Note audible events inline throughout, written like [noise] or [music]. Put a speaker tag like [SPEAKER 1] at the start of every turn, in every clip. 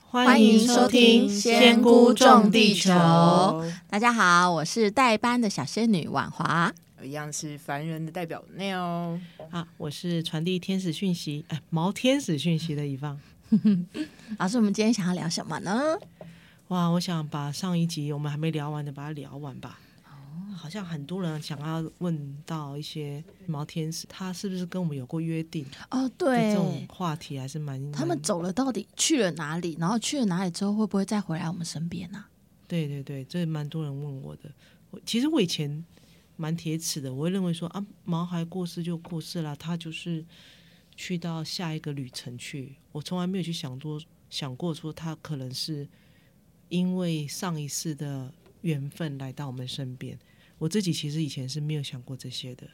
[SPEAKER 1] 欢迎收听《仙姑种地球》。
[SPEAKER 2] 大家好，我是代班的小仙女婉华。
[SPEAKER 3] 一样是凡人的代表内哦。
[SPEAKER 1] 啊，我是传递天使讯息，哎，毛天使讯息的乙方。
[SPEAKER 2] 老师，我们今天想要聊什么呢？
[SPEAKER 1] 哇，我想把上一集我们还没聊完的，把它聊完吧。好像很多人想要问到一些毛天使，他是不是跟我们有过约定？
[SPEAKER 2] 哦，
[SPEAKER 1] 这种
[SPEAKER 2] 对，
[SPEAKER 1] 话题还是蛮
[SPEAKER 2] 他们
[SPEAKER 1] 蛮
[SPEAKER 2] 走了到底去了哪里？然后去了哪里之后，会不会再回来我们身边啊呢、
[SPEAKER 1] 对对对，这蛮多人问我的。我其实我以前蛮铁齿的，我会认为说啊，毛孩过世就过世了，他就是去到下一个旅程去。我从来没有去想多想过说他可能是因为上一世的缘分来到我们身边。我自己其实以前是没有想过这些的，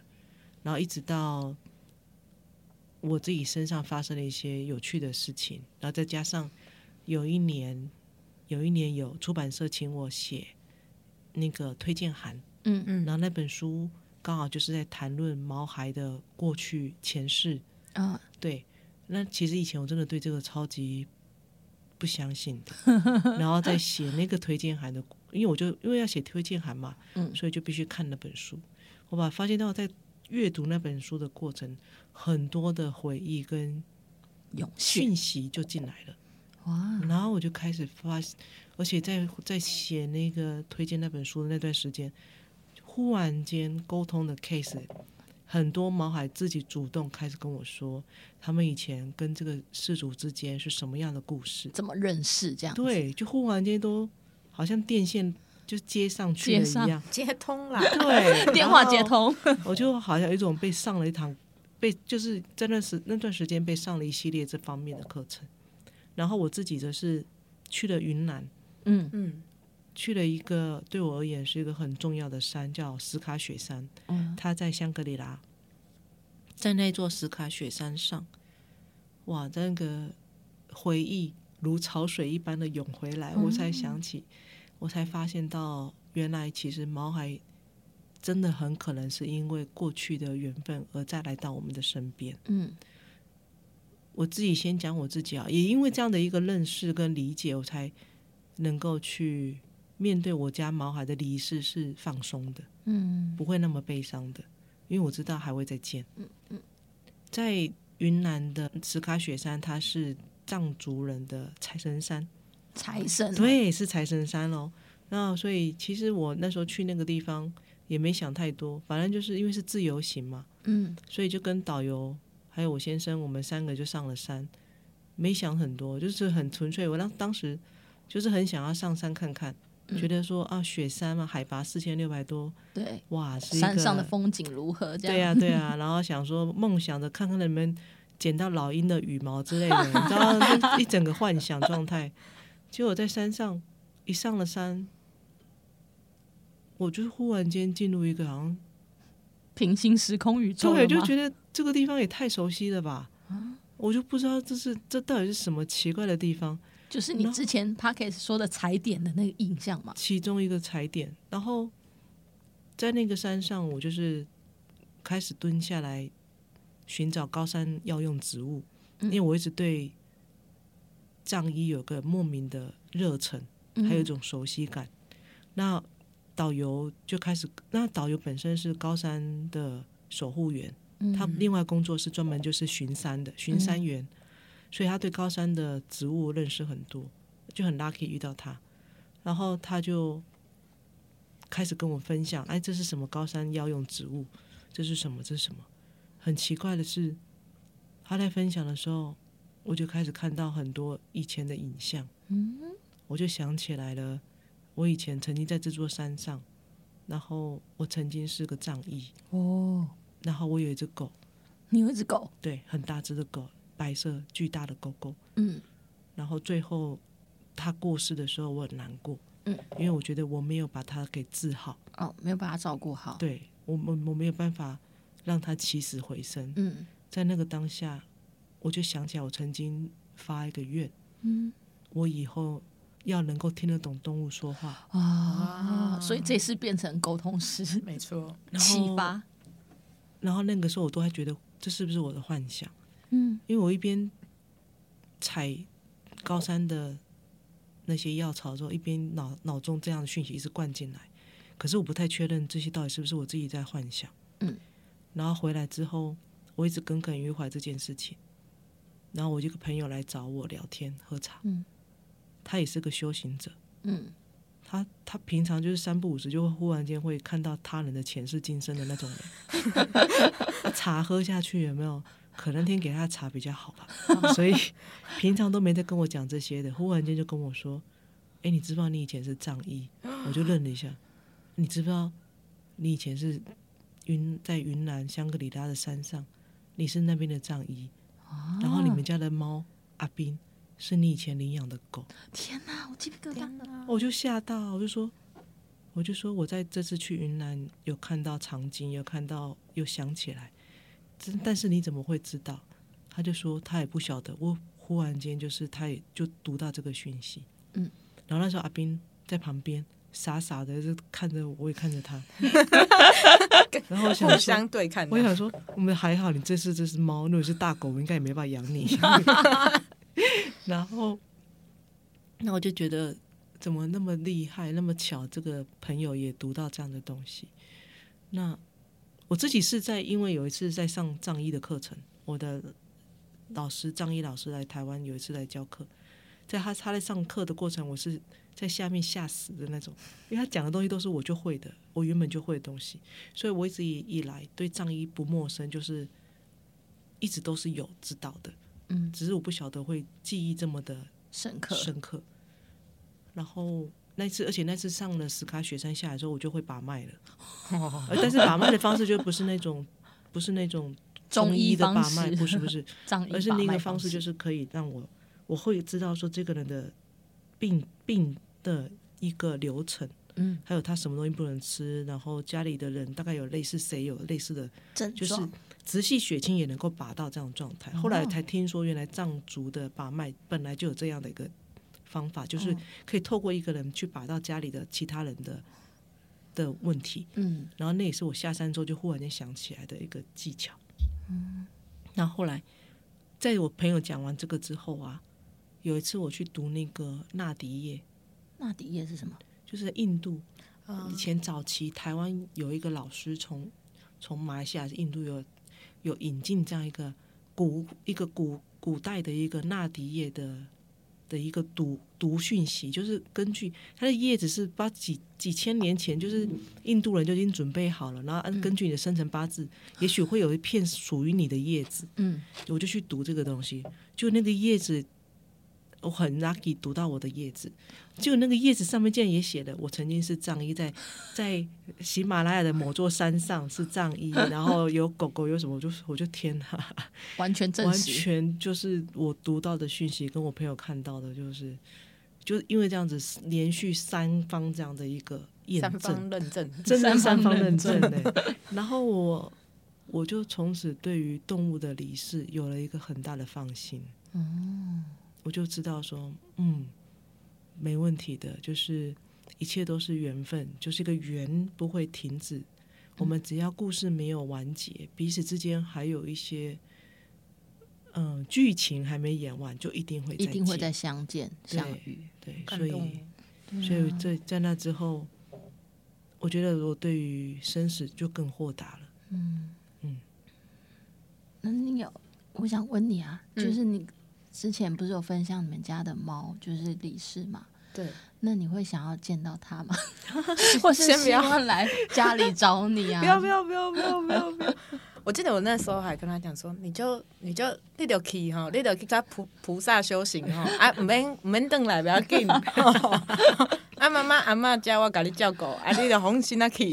[SPEAKER 1] 然后一直到我自己身上发生了一些有趣的事情，然后再加上有一年有一年有出版社请我写那个推荐函，
[SPEAKER 2] 嗯
[SPEAKER 1] 嗯，然后那本书刚好就是在谈论毛孩的过去前世，
[SPEAKER 2] 嗯、
[SPEAKER 1] 对，那其实以前我真的对这个超级不相信的，然后在写那个推荐函的，因为我就因为要写推荐函嘛，
[SPEAKER 2] 嗯
[SPEAKER 1] 所以就必须看那本书。我把发现到在阅读那本书的过程，很多的回忆跟
[SPEAKER 2] 涌现
[SPEAKER 1] 讯息就进来了。
[SPEAKER 2] 哇，
[SPEAKER 1] 然后我就开始发，而且在在写那个推荐那本书的那段时间，忽然间沟通的 case，很多毛孩自己主动开始跟我说，他们以前跟这个事主之间是什么样的故事。
[SPEAKER 2] 怎么认识这样子？
[SPEAKER 1] 对，就忽然间都好像电线就接上去
[SPEAKER 2] 接
[SPEAKER 1] 了
[SPEAKER 2] 上
[SPEAKER 1] 一样。
[SPEAKER 3] 接通啦， [laughs]
[SPEAKER 1] 对，
[SPEAKER 2] 电话
[SPEAKER 1] 然后
[SPEAKER 2] 接通，
[SPEAKER 1] 我就好像有一种被上了一堂，被就是在那时那段时间被上了一系列这方面的课程。然后我自己则是去了云南，
[SPEAKER 2] 嗯，
[SPEAKER 3] 嗯，
[SPEAKER 1] 去了一个对我而言是一个很重要的山，叫石卡雪山。
[SPEAKER 2] 嗯
[SPEAKER 1] 它在香格里拉，在那座石卡雪山上，哇，那个回忆如潮水一般的涌回来，我才想起，我才发现到，原来其实毛孩真的很可能是因为过去的缘分而再来到我们的身边。
[SPEAKER 2] 嗯，
[SPEAKER 1] 我自己先讲我自己啊，也因为这样的一个认识跟理解，我才能够去面对我家毛孩的离世是放松的，
[SPEAKER 2] 嗯，
[SPEAKER 1] 不会那么悲伤的，因为我知道还会再见。嗯嗯，在云南的石卡雪山，它是藏族人的财神山，
[SPEAKER 2] 财神，，啊
[SPEAKER 1] 对，是财神山哦。那所以其实我那时候去那个地方也没想太多，反正就是因为是自由行嘛，
[SPEAKER 2] 嗯
[SPEAKER 1] 所以就跟导游还有我先生，我们三个就上了山，没想很多，就是很纯粹。我当当时就是很想要上山看看，
[SPEAKER 2] 嗯
[SPEAKER 1] 觉得说啊，雪山嘛，海拔四千六百多，
[SPEAKER 2] 对，
[SPEAKER 1] 哇，是一个
[SPEAKER 2] 山上的风景如何？这样
[SPEAKER 1] 对呀、啊对呀、然后想说梦想着看看能不能捡到老鹰的羽毛之类的，你知道，就一整个幻想状态。结果在山上一上了山，我就忽然间进入一个好像
[SPEAKER 2] 平行时空宇宙了吗，
[SPEAKER 1] 对，就觉得这个地方也太熟悉了吧，我就不知道这是这到底是什么奇怪的地方，
[SPEAKER 2] 就是你之前 p o c k e t 说的踩点的那个印象嘛。
[SPEAKER 1] 其中一个踩点。然后在那个山上，我就是开始蹲下来寻找高山药用植物，
[SPEAKER 2] 嗯
[SPEAKER 1] 因为我一直对藏医有个莫名的热忱，
[SPEAKER 2] 嗯
[SPEAKER 1] 还有一种熟悉感。那导游就开始，那导游本身是高山的守护员，他另外工作是专门就是巡山的巡山员，所以他对高山的植物认识很多，就很 lucky 遇到他，然后他就开始跟我分享，哎，这是什么高山药用植物？这是什么？这是什么？很奇怪的是，他在分享的时候，我就开始看到很多以前的影像，嗯，我就想起来了，我以前曾经在这座山上，然后我曾经是个藏医，
[SPEAKER 2] 哦，
[SPEAKER 1] 然后我有一只狗。
[SPEAKER 2] 你有一只狗，
[SPEAKER 1] 对，很大只的狗，白色巨大的狗狗。
[SPEAKER 2] 嗯，
[SPEAKER 1] 然后最后它过世的时候，我很难过，
[SPEAKER 2] 嗯，
[SPEAKER 1] 因为我觉得我没有把它给治好，
[SPEAKER 2] 哦，没有把它照顾好，
[SPEAKER 1] 对我我我没有办法让它起死回生。
[SPEAKER 2] 嗯
[SPEAKER 1] 在那个当下，我就想起来我曾经发一个愿，
[SPEAKER 2] 嗯
[SPEAKER 1] 我以后要能够听得懂动物说话。
[SPEAKER 2] 啊，所以这次变成沟通师
[SPEAKER 3] 没错，
[SPEAKER 1] 然后
[SPEAKER 2] 启发，
[SPEAKER 1] 然后那个时候我都还觉得这是不是我的幻想？
[SPEAKER 2] 嗯
[SPEAKER 1] 因为我一边采高山的那些药草之后，一边脑脑中这样的讯息一直灌进来，可是我不太确认这些到底是不是我自己在幻想。
[SPEAKER 2] 嗯，
[SPEAKER 1] 然后回来之后，我一直耿耿于怀这件事情。然后我一个朋友来找我聊天喝茶，
[SPEAKER 2] 嗯，
[SPEAKER 1] 他也是个修行者，
[SPEAKER 2] 嗯，
[SPEAKER 1] 他他平常就是三不五时就会忽然间会看到他人的前世今生的那种人。
[SPEAKER 2] [laughs]
[SPEAKER 1] 那茶喝下去有没有？可能天给他的茶比较好吧， [laughs] 所以平常都没在跟我讲这些的，忽然间就跟我说：“哎、你知不知道你以前是藏医？”我就愣了一下，你知不知道你以前是云在云南香格里拉的山上，你是那边的藏医，然
[SPEAKER 2] 啊
[SPEAKER 1] 后你们家的猫阿斌是你以前领养的狗。
[SPEAKER 2] 天哪，我鸡皮疙瘩
[SPEAKER 3] 天哪
[SPEAKER 1] 我就吓到，我就说，我就说我在这次去云南有看到长颈，有看到，有想起来，真但是你怎么会知道？他就说他也不晓得，我忽然间就是他也就读到这个讯息，
[SPEAKER 2] 嗯，
[SPEAKER 1] 然后那时候阿斌在旁边傻傻的就看着我，我也看着他，然后我想
[SPEAKER 3] 互
[SPEAKER 1] 说。
[SPEAKER 3] 相对看的，
[SPEAKER 1] 我想说，我们还好，你这次这是猫，如果是大狗，我应该也没办法养你。 [laughs] 然后，那我就觉得怎么那么厉害，那么巧，这个朋友也读到这样的东西。那我自己是在因为有一次在上藏医的课程，我的老师藏医老师来台湾有一次来教课，在他他在上课的过程，我是在下面吓死的那种，因为他讲的东西都是我就会的，我原本就会的东西。所以我一直以以来对藏医不陌生，就是一直都是有知道的，
[SPEAKER 2] 嗯，
[SPEAKER 1] 只是我不晓得会记忆这么的
[SPEAKER 2] 深刻，
[SPEAKER 1] 深刻。然后那次，而且那次上了斯卡雪山下来之后，我就会把
[SPEAKER 2] [laughs]
[SPEAKER 1] 脉了，呃但是把脉的方式就不是那种，不是那种
[SPEAKER 2] 中
[SPEAKER 1] 医
[SPEAKER 2] 医
[SPEAKER 1] 的
[SPEAKER 2] 方
[SPEAKER 1] 把脉，
[SPEAKER 2] 式，
[SPEAKER 1] 不是不是，
[SPEAKER 2] 藏医
[SPEAKER 1] 而是另一
[SPEAKER 2] 把脉
[SPEAKER 1] 个方式，就是可以让我我会知道说这个人的病病的一个流程，
[SPEAKER 2] 嗯，
[SPEAKER 1] 还有他什么东西不能吃，然后家里的人大概有类似谁有类似的，
[SPEAKER 2] 症
[SPEAKER 1] 就是
[SPEAKER 2] 状，
[SPEAKER 1] 直系血亲也能够把到这样的状态。后来才听说，原来藏族的把脉本来就有这样的一个方法，就是可以透过一个人去把到家里的其他人的的问题。
[SPEAKER 2] 嗯
[SPEAKER 1] 然后那也是我下山之后就忽然间想起来的一个技巧。嗯，那后来在我朋友讲完这个之后啊，有一次我去读那个纳迪叶，
[SPEAKER 2] 纳底叶是什么？
[SPEAKER 1] 就是印度以前早期台湾有一个老师从从马来西亚还是印度有有引进这样一个古一个古古代的一个纳迪叶的的一个读读讯息，就是根据它的叶子是八几几千年前，就是印度人就已经准备好了，然后按根据你的生辰八字，也许会有一片属于你的叶子。
[SPEAKER 2] 嗯，
[SPEAKER 1] 我就去读这个东西，就那个叶子，我很 lucky 读到我的叶子，就那个叶子上面竟然也写了，我曾经是藏医在，在喜马拉雅的某座山上是藏医，然后有狗狗有什么，我就我就天哪，
[SPEAKER 2] 完全证
[SPEAKER 1] 完
[SPEAKER 2] 实，
[SPEAKER 1] 全就是我读到的讯息跟我朋友看到的，就是就是因为这样子连续三方这样的一个验
[SPEAKER 3] 三
[SPEAKER 1] 证，
[SPEAKER 3] 方认
[SPEAKER 1] [laughs]
[SPEAKER 3] 证，
[SPEAKER 1] 真的是三
[SPEAKER 2] 三方
[SPEAKER 1] 方认
[SPEAKER 2] 认
[SPEAKER 1] 证呢、 [laughs] 然后我我就从此对于动物的离世有了一个很大的放心。
[SPEAKER 2] 嗯
[SPEAKER 1] 我就知道说，嗯，没问题的，就是一切都是缘分，就是一个缘不会停止。我们只要故事没有完结，彼此之间还有一些，嗯、剧情还没演完，就一定会再
[SPEAKER 2] 一定会
[SPEAKER 1] 见
[SPEAKER 2] 再相见
[SPEAKER 1] 对
[SPEAKER 2] 相遇。
[SPEAKER 1] 对，
[SPEAKER 3] 感
[SPEAKER 1] 所以
[SPEAKER 3] 动。
[SPEAKER 1] 所以
[SPEAKER 3] 嗯
[SPEAKER 1] 在在那之后，我觉得我对于生死就更豁达了。
[SPEAKER 2] 那你有，我想问你啊，
[SPEAKER 3] 嗯
[SPEAKER 2] 就是你之前不是有分享你们家的猫就是李氏嘛？
[SPEAKER 3] 对，
[SPEAKER 2] 那你会想要见到它
[SPEAKER 1] [laughs]
[SPEAKER 2] 吗？或是
[SPEAKER 3] 先不
[SPEAKER 2] 希
[SPEAKER 3] 要
[SPEAKER 2] 望来家里找
[SPEAKER 1] [laughs]
[SPEAKER 2] 你啊？
[SPEAKER 3] 不要不要不要不要不要不要！ [laughs] 我记得我那时候还跟他讲说，你就你就你就去哈，你就去跟菩菩萨修行哈，啊，唔免唔免等来，不要紧。 [laughs] 吼啊，妈妈阿嬷家我给你照顾，啊，你就放心啊去。
[SPEAKER 2] [laughs]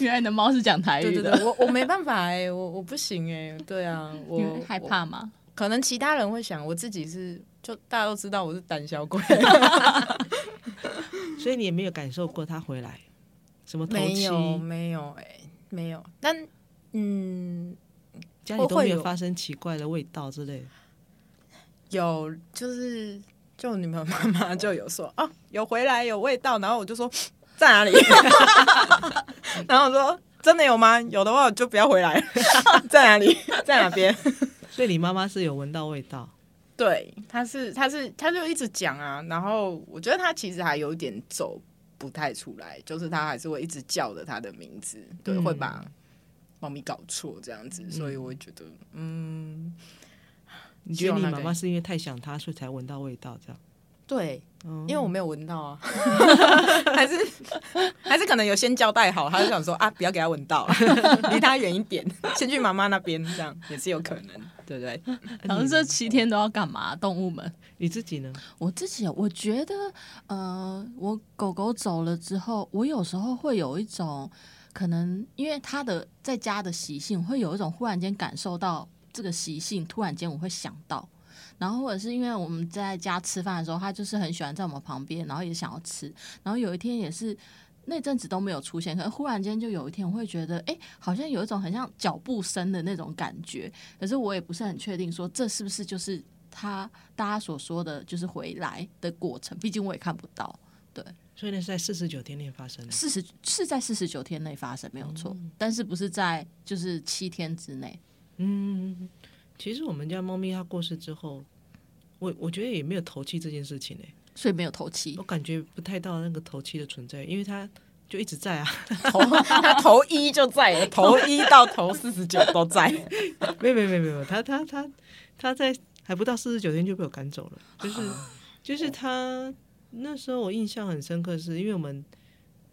[SPEAKER 2] 原来你的猫是讲台
[SPEAKER 3] 对
[SPEAKER 2] 语
[SPEAKER 3] 对
[SPEAKER 2] 的，
[SPEAKER 3] 对，我我没办法哎、我我不行哎、对啊，
[SPEAKER 2] 你
[SPEAKER 3] 我
[SPEAKER 2] 会害，怕吗？
[SPEAKER 3] 我可能其他人会想，我自己是就大家都知道我是胆小鬼，
[SPEAKER 1] 所以你也没有感受过他回来，什么头
[SPEAKER 3] 没
[SPEAKER 1] 七，
[SPEAKER 3] 有没有哎、没有，但嗯。
[SPEAKER 1] 家里都没
[SPEAKER 3] 会
[SPEAKER 1] 有
[SPEAKER 3] 有
[SPEAKER 1] 发生奇怪的味道之类的。
[SPEAKER 3] 有，就是就我女朋友妈妈就有说啊，有回来有味道，然后我就说在哪里， [laughs] 然后我说真的有吗？有的话我 [laughs] 就不要回来了，在哪里，在哪边？
[SPEAKER 1] 所以你妈妈是有闻到味道，
[SPEAKER 3] 对，他是他是他就一直讲啊，然后我觉得他其实还有点走不太出来，就是他还是会一直叫着他的名字，对，
[SPEAKER 1] 嗯
[SPEAKER 3] 会把猫咪搞错这样子，所以我觉得，嗯，
[SPEAKER 1] 你觉得你
[SPEAKER 3] 希望
[SPEAKER 1] 妈
[SPEAKER 3] 他
[SPEAKER 1] 妈
[SPEAKER 3] 可以
[SPEAKER 1] 是因为太想它，所以才闻到味道这样？
[SPEAKER 3] 对，
[SPEAKER 1] 嗯
[SPEAKER 3] 因为我没有闻到 [laughs] 啊，还是还是可能有先交代好，他就想说啊，不要给他闻 [laughs] 到，离他远一点，先去妈妈那边，这样也是有可能，对不对？
[SPEAKER 2] 然后
[SPEAKER 3] 嗯
[SPEAKER 2] 这七天都要干嘛？动物们，
[SPEAKER 1] 你自己呢？
[SPEAKER 2] 我自己我觉得，呃，我狗狗走了之后，我有时候会有一种可能，因为它的在家的习性，会有一种忽然间感受到这个习性，突然间我会想到。然后或者是因为我们在家吃饭的时候，它就是很喜欢在我们旁边，然后也想要吃。然后有一天也是那阵子都没有出现，可是忽然间就有一天，我会觉得，哎，好像有一种很像脚步声的那种感觉。可是我也不是很确定，说这是不是就是他大家所说的就是回来的过程，毕竟我也看不到。
[SPEAKER 1] 所以那是在四十九天内发生的。
[SPEAKER 2] 四十是在四十九天内发生，没有错，但是不是在就是七天之内。
[SPEAKER 1] 嗯，其实我们家猫咪它过世之后，我我觉得也没有头七这件事情诶、欸
[SPEAKER 2] 所以没有头七
[SPEAKER 1] 我，感觉不太到那个头七的存在，因为它就一直在啊。
[SPEAKER 3] 头 [laughs] 他头一就在了，头一到头四十九都在。
[SPEAKER 1] [laughs] 没有没有没有没有，他他他他在还不到四十九天就被我赶走了，就是就是他那时候我印象很深刻是，因为我们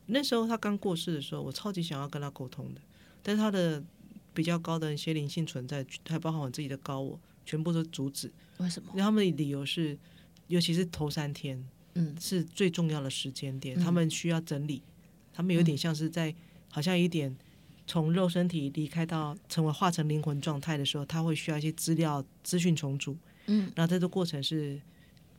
[SPEAKER 1] 那时候他刚过世的时候，我超级想要跟他沟通的，但是他的比较高的一些灵性存在，还包含我自己的高我，全部都阻止。
[SPEAKER 2] 为什么？
[SPEAKER 1] 然后他们的理由是，尤其是头三天
[SPEAKER 2] 嗯，
[SPEAKER 1] 是最重要的时间点，
[SPEAKER 2] 嗯
[SPEAKER 1] 他们需要整理，他们有点像是在好像有点从肉身体离开到成为化成灵魂状态的时候，他会需要一些资料资讯重组，
[SPEAKER 2] 嗯，
[SPEAKER 1] 然后这个过程是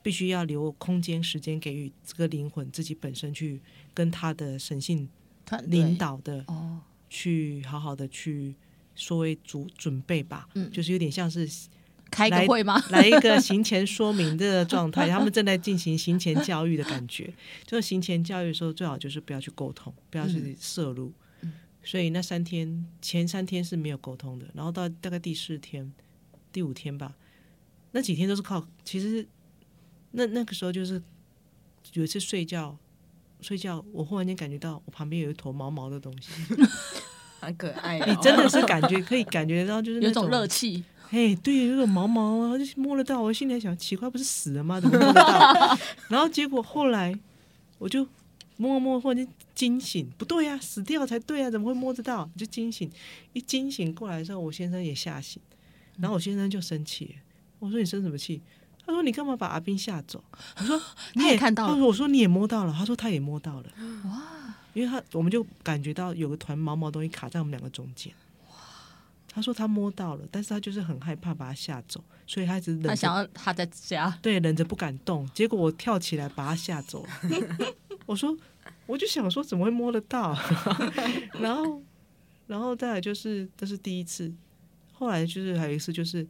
[SPEAKER 1] 必须要留空间时间给予这个灵魂自己本身去跟他的神性
[SPEAKER 2] 团队
[SPEAKER 1] 领导的
[SPEAKER 2] 哦，
[SPEAKER 1] 去好好的去稍微准准备吧，
[SPEAKER 2] 嗯
[SPEAKER 1] 就是有点像是
[SPEAKER 2] 开个
[SPEAKER 1] 来
[SPEAKER 2] 会吗？
[SPEAKER 1] 来一个行前说明的状态，他们正在进行行前教育的感觉。就是行前教育的时候，最好就是不要去沟通，不要
[SPEAKER 2] 嗯
[SPEAKER 1] 去摄入。所以那三天前三天是没有沟通的，然后到大概第四天、第五天吧，那几天都是靠。其实那那个时候就是有一次睡觉，睡觉我忽然间感觉到我旁边有一坨毛毛的东
[SPEAKER 2] [laughs]
[SPEAKER 1] 西，
[SPEAKER 3] 很可爱、哦
[SPEAKER 1] 你真的是感觉可以感觉到就是那
[SPEAKER 2] 有种热气，
[SPEAKER 1] 哎，对，有种毛毛啊，就是摸得到。我心里还想，奇怪，不是死了吗？怎么 [laughs] 摸得到？然后结果后来我就摸摸，忽然间惊醒，不对呀、死掉才对呀、怎么会摸得到？就惊醒，一惊醒过来的时候，我先生也吓醒，然后我先生就生气，我说你生什么气？他说你干嘛把阿斌吓走？我说你
[SPEAKER 2] 他也看到了
[SPEAKER 1] 他说我说你也摸到了，他说他也摸到了，哇！因为他我们就感觉到有个团毛毛东西卡在我们两个中间。他说他摸到了，但是他就是很害怕把他吓走，所以他一直忍
[SPEAKER 2] 他
[SPEAKER 1] 着
[SPEAKER 2] 想要他在家，
[SPEAKER 1] 对，忍着不敢动。结果我跳起来把他吓走了。 [laughs] 我说，我就想说怎么会摸得到？ [laughs] 然后，然后再来就是这是第一次，后来就是还有一次就是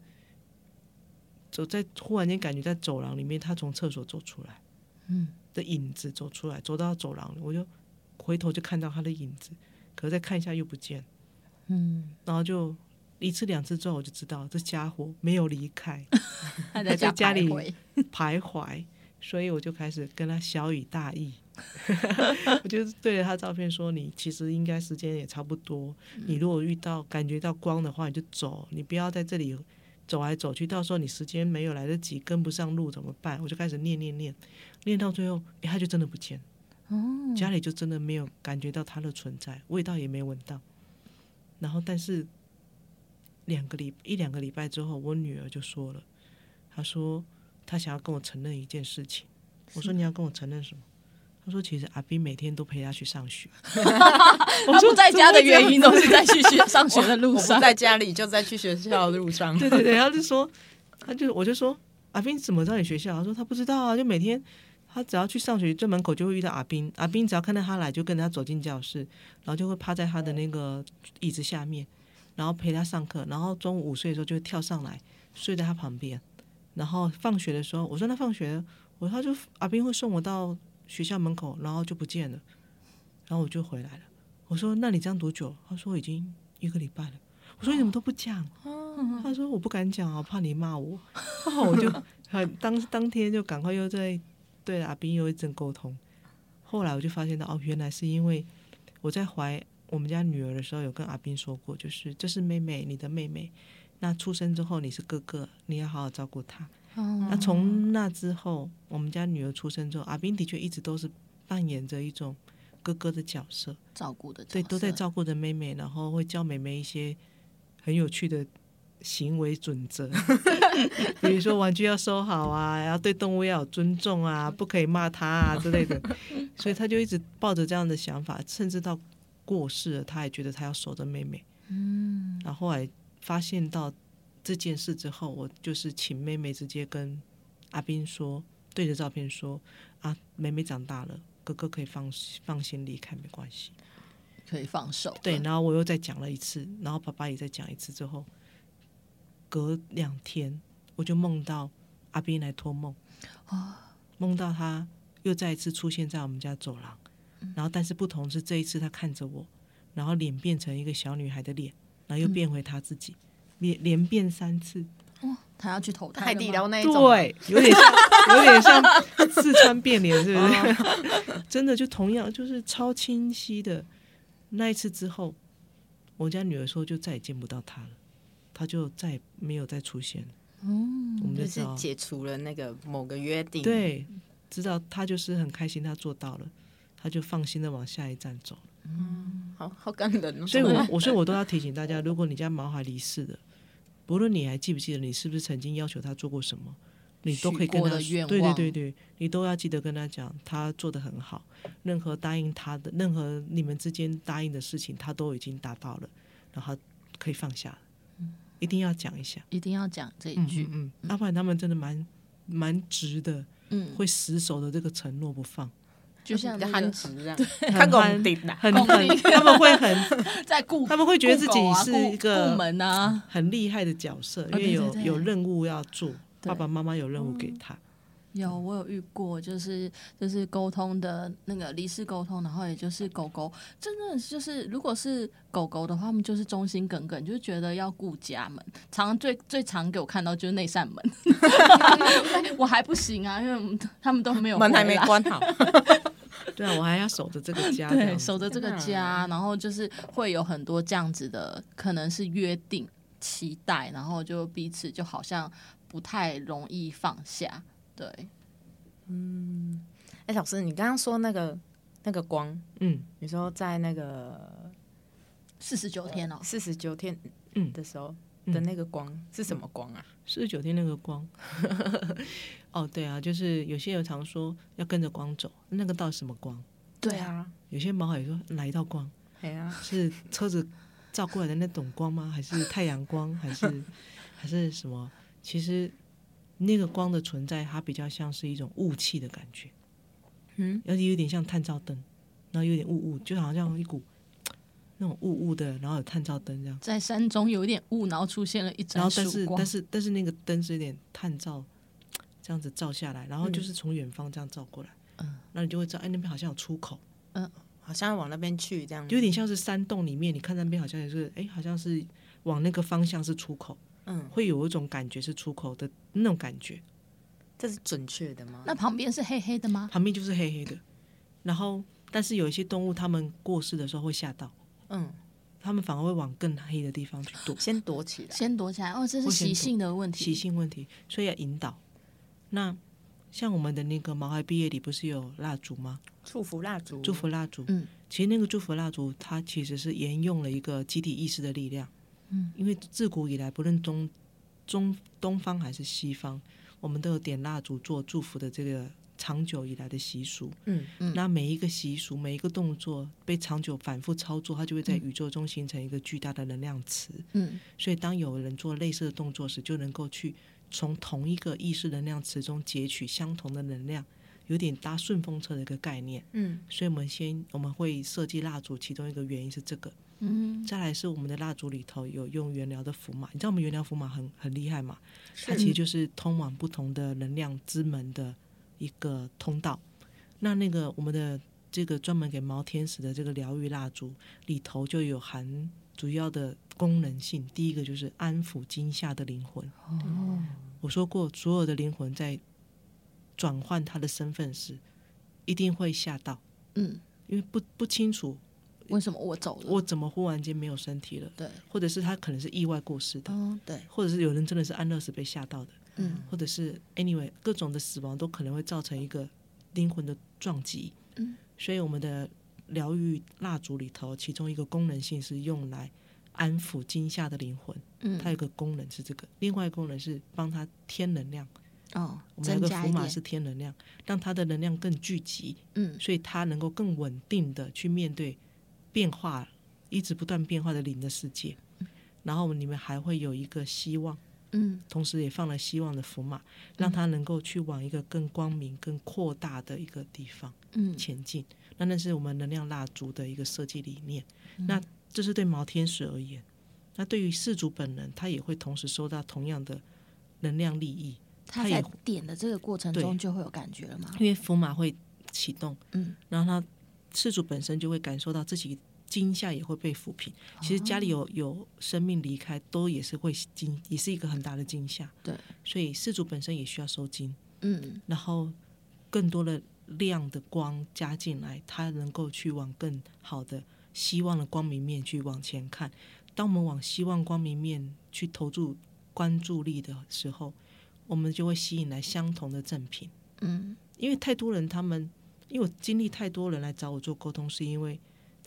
[SPEAKER 1] 走在忽然间感觉在走廊里面，他从厕所走出来，
[SPEAKER 2] 嗯，
[SPEAKER 1] 的影子走出来，走到走廊里，我就回头就看到他的影子，可是再看一下又不见了。
[SPEAKER 2] 嗯，
[SPEAKER 1] 然后就一次两次之后，我就知道这家伙没有离开，
[SPEAKER 2] 他在家
[SPEAKER 1] 在家里
[SPEAKER 2] 徘徊
[SPEAKER 1] 徘徊，所以我就开始跟他小以大意， [laughs] 我就对着他照片说：“你其实应该时间也差不多，你如果遇到感觉到光的话，你就走，你不要在这里走来走去，到时候你时间没有来得及，跟不上路怎么办？”我就开始念念念，念到最后，诶他就真的不见了。
[SPEAKER 2] 哦，
[SPEAKER 1] 家里就真的没有感觉到它的存在，味道也没闻到。然后，但是两个礼一两个礼拜之后，我女儿就说了，她说她想要跟我承认一件事情。我说你要跟我承认什么？她说其实阿斌每天都陪她去上学。我
[SPEAKER 2] 他
[SPEAKER 1] 说
[SPEAKER 2] 不在家的原因都是在去
[SPEAKER 1] [laughs]
[SPEAKER 2] 学上学的路
[SPEAKER 3] 我不
[SPEAKER 2] 上。
[SPEAKER 3] 在家里，就在去学校的路上。
[SPEAKER 1] 对对对，他就说，他就我就说，阿斌怎么知道你学校？他说他不知道啊，就每天他只要去上学，这门口就会遇到阿斌，阿斌只要看到他来，就跟着他走进教室，然后就会趴在他的那个椅子下面，然后陪他上课，然后中午午睡的时候就会跳上来睡在他旁边，然后放学的时候，我说那放学了，我说他就阿斌会送我到学校门口，然后就不见了，然后我就回来了。我说：“那你这样多久？”他说：“已经一个礼拜哦
[SPEAKER 2] 哦
[SPEAKER 1] 了。”我说：“你怎么都不讲？”他说我不敢讲啊，怕你骂我。然后我就很当当天就赶快又在对阿斌又一阵沟通。后来我就发现到哦，原来是因为我在怀我们家女儿的时候，有跟阿斌说过，就是这是妹妹，你的妹妹。那出生之后你是哥哥，你要好好照顾她。那
[SPEAKER 2] 嗯
[SPEAKER 1] 从那之后，我们家女儿出生之后，阿斌的确一直都是扮演着一种哥哥的角色，
[SPEAKER 2] 照顾的角
[SPEAKER 1] 对，都在
[SPEAKER 2] 色
[SPEAKER 1] 照顾着妹妹，然后会教妹妹一些很有趣的行为准则，
[SPEAKER 2] [laughs]
[SPEAKER 1] 比如说玩具要收好啊，然后对动物要有尊重啊，不可以骂它啊之类
[SPEAKER 2] [laughs]
[SPEAKER 1] 的。所以他就一直抱着这样的想法，甚至到过世了，他还觉得他要守着妹妹。嗯，然后后来发现到这件事之后，我就是请妹妹直接跟阿斌说，对着照片说啊，妹妹长大了。哥哥可以放放心离开，没关系。
[SPEAKER 2] 可以放手了。
[SPEAKER 1] 对，然后我又再讲了一次，然后爸爸也再讲一次之后，隔两天我就梦到阿斌来托梦，梦到他又再一次出现在我们家走廊，然后但是不同是这一次他看着我，然后脸变成一个小女孩的脸，然后又变回他自己，连连变三次，
[SPEAKER 2] 哇，哦他要去投胎
[SPEAKER 3] 海底
[SPEAKER 2] 了
[SPEAKER 3] 捞
[SPEAKER 2] 吗，
[SPEAKER 3] 那一种，，
[SPEAKER 1] 对，有点像， [laughs] 有点像四川变脸，是不是？ [laughs] 真的就同样，就是超清晰的。那一次之后，我家女儿说就再也见不到他了，他就再也没有再出现了。嗯，我们就
[SPEAKER 3] 哦就
[SPEAKER 1] 知
[SPEAKER 3] 是
[SPEAKER 1] 道，
[SPEAKER 3] 解除了那个某个约定，，
[SPEAKER 1] 对，知道他就是很开心，他做到了，他就放心的往下一站走。
[SPEAKER 3] 好好感人哦。
[SPEAKER 1] 所以我，
[SPEAKER 2] 嗯
[SPEAKER 1] 我所以我都要提醒大家，如果你家毛孩离世了，不论你还记不记得，你是不是曾经要求他做过什么，你都可以跟
[SPEAKER 2] 许过
[SPEAKER 1] 他
[SPEAKER 2] 的愿
[SPEAKER 1] 说，对对
[SPEAKER 2] 望
[SPEAKER 1] 对对，你都要记得跟他讲，他做的很好，任何答应他的，任何你们之间答应的事情，他都已经达到了，然后可以放下了，一定要讲一下，
[SPEAKER 2] 一定要讲这一
[SPEAKER 1] 嗯
[SPEAKER 2] 句
[SPEAKER 1] 嗯。嗯，要不然他们真的蛮蛮直的，
[SPEAKER 2] 嗯，
[SPEAKER 1] 会死守着这个承诺不
[SPEAKER 2] [laughs]
[SPEAKER 1] 放，
[SPEAKER 2] 就像那
[SPEAKER 3] 憨
[SPEAKER 2] 个
[SPEAKER 3] 直这样，他
[SPEAKER 1] 很
[SPEAKER 3] 拱
[SPEAKER 1] 憨
[SPEAKER 3] 顶啦，
[SPEAKER 1] 很
[SPEAKER 2] 公
[SPEAKER 1] 很，他们会很
[SPEAKER 2] [laughs] 在顾
[SPEAKER 1] 他们会觉得自己
[SPEAKER 2] 顾狗啊
[SPEAKER 1] 是
[SPEAKER 2] 顾
[SPEAKER 1] 一个
[SPEAKER 2] 顾门啊，
[SPEAKER 1] 很厉害的角色，因
[SPEAKER 2] 哦
[SPEAKER 1] 为有、
[SPEAKER 2] 对对对
[SPEAKER 1] 有任务要做，
[SPEAKER 2] 对嗯
[SPEAKER 1] 爸爸妈妈有任务给他，
[SPEAKER 2] 有，我有遇过，就是就是沟通的那个离世沟通，然后也就是狗狗，真的就是如果是狗狗的话，他们就是忠心耿耿，就是觉得要顾家门。常常最最常给我看到就是那
[SPEAKER 3] [laughs]
[SPEAKER 2] 扇门， [laughs] 我还不行啊，因为我们他们都没有
[SPEAKER 3] 门还
[SPEAKER 2] 回
[SPEAKER 3] 没
[SPEAKER 2] 来
[SPEAKER 3] 关好，
[SPEAKER 1] 对啊，我还要守着这个家，这
[SPEAKER 2] 对，
[SPEAKER 1] 样子
[SPEAKER 2] 守着这个
[SPEAKER 1] 啊
[SPEAKER 3] 天哪
[SPEAKER 2] 家，然后就是会有很多这样子的，可能是约定、期待，然后就彼此就好像不太容易放下。对，
[SPEAKER 3] [laughs] 哎，老师，你刚刚说那个那个光，
[SPEAKER 1] 嗯，
[SPEAKER 3] 你说在那个
[SPEAKER 2] 四十九天哦，
[SPEAKER 3] 四十九天
[SPEAKER 1] 嗯
[SPEAKER 3] 的时候
[SPEAKER 1] 嗯
[SPEAKER 3] 的那个光是什么光啊？
[SPEAKER 1] 四十九天那个光， [laughs] 哦，对啊，就是有些人常说要跟着光走，那个到底什么光？
[SPEAKER 2] 对啊，
[SPEAKER 3] 啊，
[SPEAKER 1] 有些毛孩说哪一道光？
[SPEAKER 3] 哎呀，
[SPEAKER 1] 是车子照过来的那种光吗？还是太阳光？还是 [laughs] 还是什么？其实那个光的存在，它比较像是一种雾气的感觉，
[SPEAKER 3] 嗯，
[SPEAKER 1] 而且有点像探照灯，然后有点雾雾，就好像一股那种雾雾的，然后有探照灯这样。
[SPEAKER 2] 在山中有一点雾，然后出现了一
[SPEAKER 1] 然
[SPEAKER 2] 盏
[SPEAKER 1] 后但
[SPEAKER 2] 曙
[SPEAKER 1] 是
[SPEAKER 2] 光
[SPEAKER 1] 但。是但是那个灯是有点探照，这样子照下来，然后就
[SPEAKER 3] 嗯
[SPEAKER 1] 是从远方这样照过来，
[SPEAKER 2] 嗯，
[SPEAKER 1] 那你就会知道，哎，那边好像有出口，
[SPEAKER 3] 好像往那边去这样，
[SPEAKER 1] 有点像是山洞里面，你看那边好像也是，哎，好像是往那个方向是出口，
[SPEAKER 3] 嗯，
[SPEAKER 1] 会有一种感觉是出口的那种感觉，
[SPEAKER 3] 这是准确的吗？
[SPEAKER 2] 那旁边是黑黑的吗？
[SPEAKER 1] 旁边就是黑黑的，然后但是有一些动物它们过世的时候会吓到，
[SPEAKER 3] 嗯，
[SPEAKER 1] 它们反而会往更黑的地方去躲，
[SPEAKER 3] 先躲起来，
[SPEAKER 2] 先躲起来哦，这是
[SPEAKER 1] 我先
[SPEAKER 2] 习
[SPEAKER 1] 躲
[SPEAKER 2] 性的问题。
[SPEAKER 1] 习性问题，所以要引导。那像我们的那个毛孩毕业礼不是有蜡烛吗？
[SPEAKER 3] 祝福蜡烛，
[SPEAKER 1] 祝福蜡烛，
[SPEAKER 2] 嗯，
[SPEAKER 1] 其实那个祝福蜡烛，它其实是沿用了一个集体意识的力量，嗯，因为自古以来，不论中中东方还是西方，我们都有点蜡烛做祝福的这个长久以来的习俗，
[SPEAKER 3] 嗯
[SPEAKER 2] 嗯
[SPEAKER 1] 那每一个习俗，每一个动作被长久反复操作，它就会在宇宙中形成一个巨大的能量池，
[SPEAKER 2] 嗯，
[SPEAKER 1] 所以当有人做类似的动作时，就能够去从同一个意识能量池中截取相同的能量，有点搭顺风车的一个概念。
[SPEAKER 3] 嗯，
[SPEAKER 1] 所以我们先我们会设计蜡烛，其中一个原因是这个，
[SPEAKER 2] 嗯，
[SPEAKER 1] 再来是我们的蜡烛里头有用原疗的符码，你知道我们原疗符码很很厉害嘛？它其实就是通往不同的能量之门的一个通道。那那个我们的这个专门给毛天使的这个疗愈蜡烛里头就有含主要的功能性，第一个就是安抚惊吓的灵魂，
[SPEAKER 2] 哦，
[SPEAKER 1] 我说过，所有的灵魂在转换他的身份时，一定会吓到，
[SPEAKER 2] 嗯，
[SPEAKER 1] 因为不不清楚
[SPEAKER 2] 为什么我走了？
[SPEAKER 1] 我怎么忽然间没有身体了，
[SPEAKER 2] 对，
[SPEAKER 1] 或者是他可能是意外过世的，
[SPEAKER 2] 哦，对，
[SPEAKER 1] 或者是有人真的是安乐死被吓到的，
[SPEAKER 2] 嗯
[SPEAKER 1] 或者是 anyway 各种的死亡都可能会造成一个灵魂的撞击。
[SPEAKER 2] 嗯，
[SPEAKER 1] 所以我们的疗愈蜡烛里头，其中一个功能性是用来安抚惊吓的灵魂，它
[SPEAKER 2] 嗯，
[SPEAKER 1] 有一个功能是这个，另外一个功能是帮它添能量。
[SPEAKER 2] 哦，
[SPEAKER 1] 我们有
[SPEAKER 2] 增
[SPEAKER 1] 一个
[SPEAKER 2] 加
[SPEAKER 1] 符
[SPEAKER 2] 一
[SPEAKER 1] 码
[SPEAKER 2] 点，
[SPEAKER 1] 是添能量，让它的能量更聚集，
[SPEAKER 2] 嗯
[SPEAKER 1] 所以它能够更稳定的去面对变化，一直不断变化的灵的世界。然后我们里面还会有一个希望。
[SPEAKER 2] 嗯
[SPEAKER 1] 同时也放了希望的符码，让他能够去往一个更光明、更扩大的一个地方
[SPEAKER 2] 嗯
[SPEAKER 1] 前进。那那是我们能量蜡烛的一个设计理念。那这是对毛天使而言，那对于事主本人，他也会同时收到同样的能量利益，
[SPEAKER 2] 他
[SPEAKER 1] 它
[SPEAKER 2] 在
[SPEAKER 1] 也
[SPEAKER 2] 点的这个过程
[SPEAKER 1] 对
[SPEAKER 2] 中就会有感觉了吗？
[SPEAKER 1] 因为符码会启动，
[SPEAKER 2] 嗯，
[SPEAKER 1] 然后他事主本身就会感受到自己。惊吓也会被抚平，其实家
[SPEAKER 2] 哦
[SPEAKER 1] 里有有生命离开，都也是会惊，也是一个很大的惊吓。
[SPEAKER 2] 对，
[SPEAKER 1] 所以事主本身也需要收惊，
[SPEAKER 2] 嗯
[SPEAKER 1] 然后更多的亮的光加进来，它能够去往更好的希望的光明面去往前看。当我们往希望光明面去投注关注力的时候，我们就会吸引来相同的赠品。
[SPEAKER 2] 嗯
[SPEAKER 1] 因为太多人他们，因为我经历太多人来找我做沟通，是因为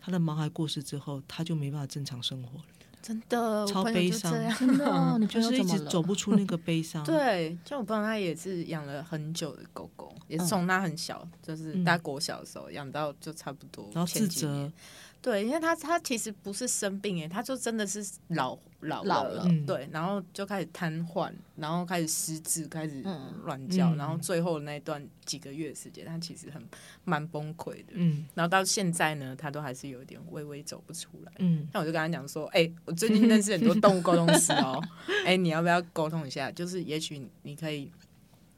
[SPEAKER 1] 他的毛孩过世之后，他就没办法正常生活了，
[SPEAKER 3] 嗯真的，
[SPEAKER 1] 超
[SPEAKER 3] 我朋友
[SPEAKER 1] 悲
[SPEAKER 3] 就
[SPEAKER 1] 伤
[SPEAKER 3] 这样。
[SPEAKER 2] 真
[SPEAKER 1] [laughs]
[SPEAKER 2] 的哦，你朋
[SPEAKER 1] 就
[SPEAKER 2] 友
[SPEAKER 1] 是一
[SPEAKER 2] 怎么
[SPEAKER 1] 直
[SPEAKER 2] 了？
[SPEAKER 1] 走不出那个悲伤。
[SPEAKER 3] [laughs] 对，就我朋友他也是养了很久的狗狗，也是从他很小，就是
[SPEAKER 1] 嗯
[SPEAKER 3] 大国小的时候养到就差不多。
[SPEAKER 1] 然后
[SPEAKER 3] 前
[SPEAKER 1] 自
[SPEAKER 3] 几年
[SPEAKER 1] 责，
[SPEAKER 3] 对，因为他他其实不是生病哎，他就真的是老老
[SPEAKER 2] 老
[SPEAKER 3] 了
[SPEAKER 2] 了，
[SPEAKER 1] 嗯
[SPEAKER 3] 对，然后就开始瘫痪，然后开始失智，开始
[SPEAKER 2] 嗯
[SPEAKER 3] 乱叫，
[SPEAKER 1] 嗯
[SPEAKER 3] 然后最后那一段几个月的时间，他其实很蛮崩溃的。
[SPEAKER 1] 嗯
[SPEAKER 3] 然后到现在呢，他都还是有一点微微走不出来。
[SPEAKER 1] 嗯，
[SPEAKER 3] 那我就跟他讲说，哎、我最近认识很多动物沟通师哦，
[SPEAKER 2] [laughs]
[SPEAKER 3] 哎、你要不要沟通一下？就是也许你可以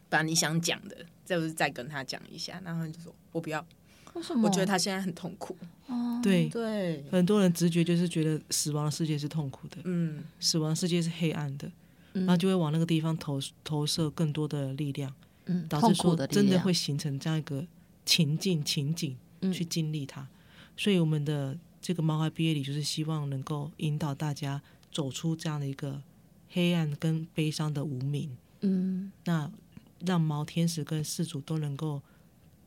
[SPEAKER 3] 把你想讲的，就是再跟他讲一下。然后他就说，我不要，
[SPEAKER 2] 为什么？
[SPEAKER 3] 我觉得他现在很痛苦。
[SPEAKER 2] 哦
[SPEAKER 1] 对
[SPEAKER 3] 对，
[SPEAKER 1] 很多人直觉就是觉得死亡的世界是痛苦的，
[SPEAKER 3] 嗯，
[SPEAKER 1] 死亡世界是黑暗的，
[SPEAKER 2] 嗯
[SPEAKER 1] 然后就会往那个地方投投射更多的力量，
[SPEAKER 2] 嗯
[SPEAKER 1] 导
[SPEAKER 2] 痛
[SPEAKER 1] 致
[SPEAKER 2] 苦
[SPEAKER 1] 说
[SPEAKER 2] 的力
[SPEAKER 1] 真的
[SPEAKER 2] 量
[SPEAKER 1] 会形成这样一个情境情景
[SPEAKER 2] 嗯
[SPEAKER 1] 去经历它。所以我们的这个猫孩毕业礼就是希望能够引导大家走出这样的一个黑暗跟悲伤的无名，
[SPEAKER 2] 嗯
[SPEAKER 1] 那让毛天使跟事主都能够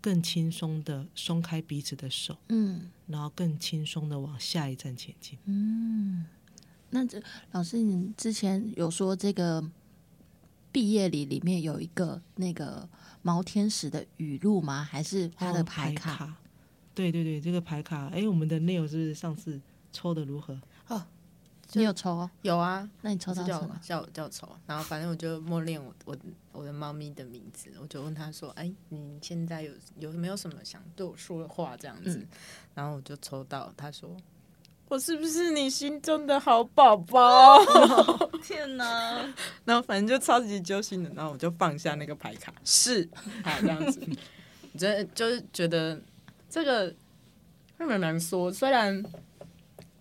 [SPEAKER 1] 更轻松的松开彼此的手，
[SPEAKER 2] 嗯
[SPEAKER 1] 然后更轻松的往下一站前进。
[SPEAKER 2] 嗯。那这老师，你之前有说这个毕业礼里面有一个那个毛天使的语录吗？还是他的
[SPEAKER 1] 哦
[SPEAKER 2] 牌卡？
[SPEAKER 1] 对对对，这个牌卡，哎，我们的内容是不是上次抽的如何？
[SPEAKER 2] 你有抽哦？
[SPEAKER 3] 有啊，
[SPEAKER 2] 那你抽
[SPEAKER 3] 是
[SPEAKER 2] 到
[SPEAKER 3] 叫
[SPEAKER 2] 什
[SPEAKER 3] 我
[SPEAKER 2] 么？
[SPEAKER 3] 叫我叫我丑，然后反正我就默念我我我的猫咪的名字，我就问他说：“哎，你现在有有没有什么想对我说的话？”这样子，
[SPEAKER 2] 嗯
[SPEAKER 3] 然后我就抽到他说：“我是不是你心中的好宝宝
[SPEAKER 2] 天哪！？”
[SPEAKER 3] 然后反正就超级揪心的，然后我就放下那个牌卡，是，好这样子，我 [laughs] 真的就是觉得这个会蛮难说，虽然。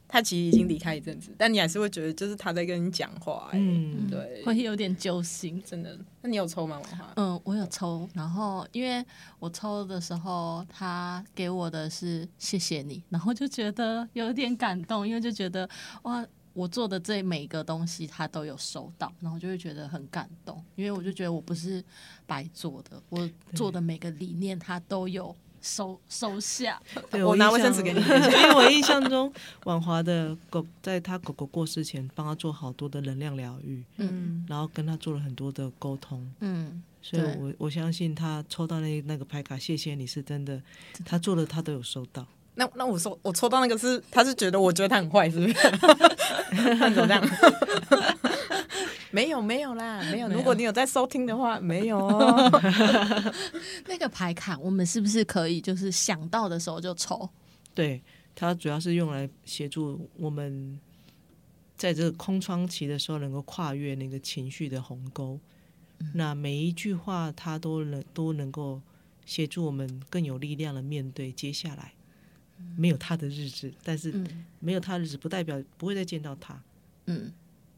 [SPEAKER 3] 他其实已经离开一阵子，但你还是会觉得就是他在跟你讲话、哎
[SPEAKER 1] 嗯，
[SPEAKER 3] 对，
[SPEAKER 2] 会有点揪心。
[SPEAKER 3] 真的。那你有抽吗？文化？
[SPEAKER 2] 嗯，我有抽，然后因为我抽的时候，他给我的是谢谢你，然后就觉得有点感动，因为就觉得哇，我做的这每一个东西他都有收到，然后就会觉得很感动，因为我就觉得我不是白做的，我做的每个理念他都有收收下。
[SPEAKER 1] 对
[SPEAKER 3] 我
[SPEAKER 1] 我
[SPEAKER 3] 拿
[SPEAKER 1] 印
[SPEAKER 3] 卫生
[SPEAKER 1] 象
[SPEAKER 3] 纸给你
[SPEAKER 1] [laughs] 因为我印象中婉华的狗，在他狗狗过世前，帮他做好多的能量疗愈，
[SPEAKER 3] 嗯，
[SPEAKER 1] 然后跟他做了很多的沟通，
[SPEAKER 2] 嗯，
[SPEAKER 1] 所以
[SPEAKER 2] 对
[SPEAKER 1] 我我相信他抽到那那个牌卡，谢谢你是真的，他做的他都有收到。
[SPEAKER 3] 那那我抽我抽到那个是，他是觉得我觉得他很坏，是不是？ [laughs] 那你怎么这样？ [laughs] 没有没有啦，没有。如果你有在收听的话，没有哦。
[SPEAKER 2] 那个牌卡我们是不是可以就是想到的时候就抽？
[SPEAKER 1] 对，它主要是用来协助我们在这个空窗期的时候能够跨越那个情绪的鸿沟。那每一句话，它都能都能够协助我们更有力量的面对接下来。没有他的日子，但是
[SPEAKER 2] 嗯
[SPEAKER 1] 没有他的日子不代表不会再见到他，
[SPEAKER 2] 嗯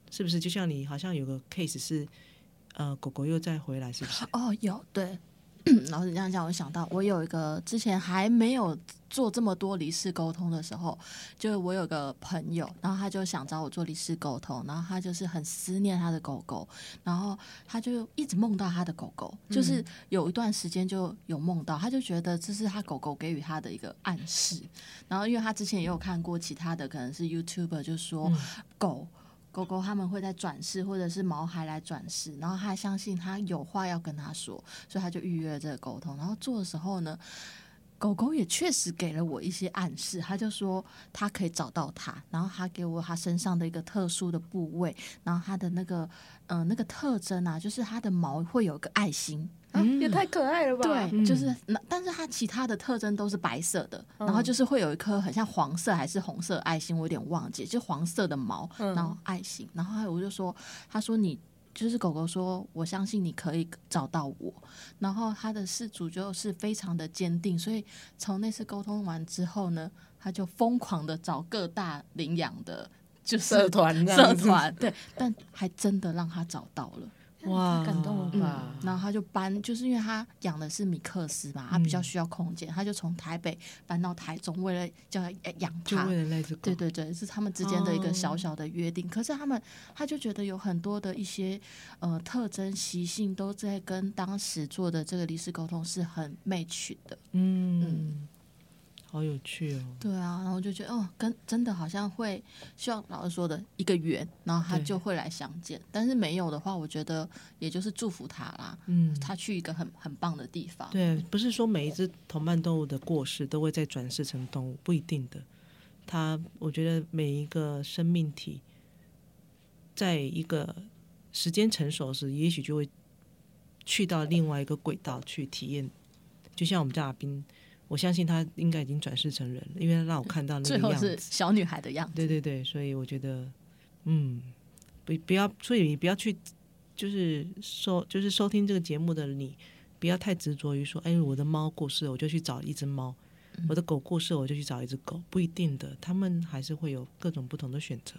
[SPEAKER 1] 是不是？就像你好像有个 case 是呃，狗狗又再回来，是
[SPEAKER 2] [laughs]
[SPEAKER 1] 不是？
[SPEAKER 2] 哦，有对。 [coughs] 然后你这样讲，我想到我有一个之前还没有做这么多离世沟通的时候，就是我有个朋友，然后他就想找我做离世沟通，然后他就是很思念他的狗狗，然后他就一直梦到他的狗狗，就是有一段时间就有梦到，他就觉得这是他狗狗给予他的一个暗示。然后因为他之前也有看过其他的，可能是 YouTuber 就说狗。狗狗他们会在转世，或者是毛孩来转世，然后他相信他有话要跟他说，所以他就预约这个沟通。然后做的时候呢，狗狗也确实给了我一些暗示，他就说他可以找到他，然后他给我他身上的一个特殊的部位，然后他的那个嗯、呃那个特征啊，就是它的毛会有一个爱心，
[SPEAKER 3] 啊也太可爱了吧？
[SPEAKER 2] 对，就是那，但是它其他的特征都是白色的，然
[SPEAKER 3] 嗯
[SPEAKER 2] 后就是会有一颗很像黄色还是红色的爱心，我有点忘记，就黄色的毛，
[SPEAKER 3] 嗯
[SPEAKER 2] 然后爱心，然后还有我就说，他说你就是狗狗说，我相信你可以找到我，然后他的事主就是非常的坚定，所以从那次沟通完之后呢，他就疯狂的找各大领养的，就是
[SPEAKER 3] 社团这
[SPEAKER 2] 社
[SPEAKER 3] 样子 [laughs]
[SPEAKER 2] 团，对，但还真的让他找到了。
[SPEAKER 1] 哇，嗯
[SPEAKER 3] 太感动了吧？
[SPEAKER 2] 然后他就搬，就是因为他养的是米克斯嘛，他比
[SPEAKER 1] 嗯
[SPEAKER 2] 较需要空间，他就从台北搬到台中，为了叫他呃养
[SPEAKER 1] 就
[SPEAKER 2] 它。
[SPEAKER 1] 为了那只狗，
[SPEAKER 2] 对对对，是他们之间的一个
[SPEAKER 1] 哦
[SPEAKER 2] 小小的约定。可是他们，他就觉得有很多的一些呃特征习性都在跟当时做的这个离世沟通是很 match 的。
[SPEAKER 1] 嗯，好有趣哦。
[SPEAKER 2] 对啊，然后就觉得哦，跟真的好像会像老师说的一个缘，然后他
[SPEAKER 1] 对
[SPEAKER 2] 就会来相见。但是没有的话，我觉得也就是祝福他啦，
[SPEAKER 1] 嗯，
[SPEAKER 2] 他去一个很很棒的地方。
[SPEAKER 1] 对，不是说每一只同伴动物的过世都会再转世成动物，不一定的。它，我觉得每一个生命体，在一个时间成熟时，也许就会去到另外一个轨道去体验。就像我们家阿斌，我相信他应该已经转世成人了，因为他让我看到那
[SPEAKER 2] 最
[SPEAKER 1] 个
[SPEAKER 2] 后
[SPEAKER 1] 样
[SPEAKER 2] 是
[SPEAKER 1] 子。
[SPEAKER 2] 小女孩的样子。
[SPEAKER 1] 对对对，所以我觉得，嗯，不不要，所以你不要去，就是收就是收听这个节目的你，不要太执着于说，哎，我的猫过世了，我就去找一只猫；
[SPEAKER 3] 嗯
[SPEAKER 1] 我的狗过世了，我就去找一只狗，不一定的，他们还是会有各种不同的选择。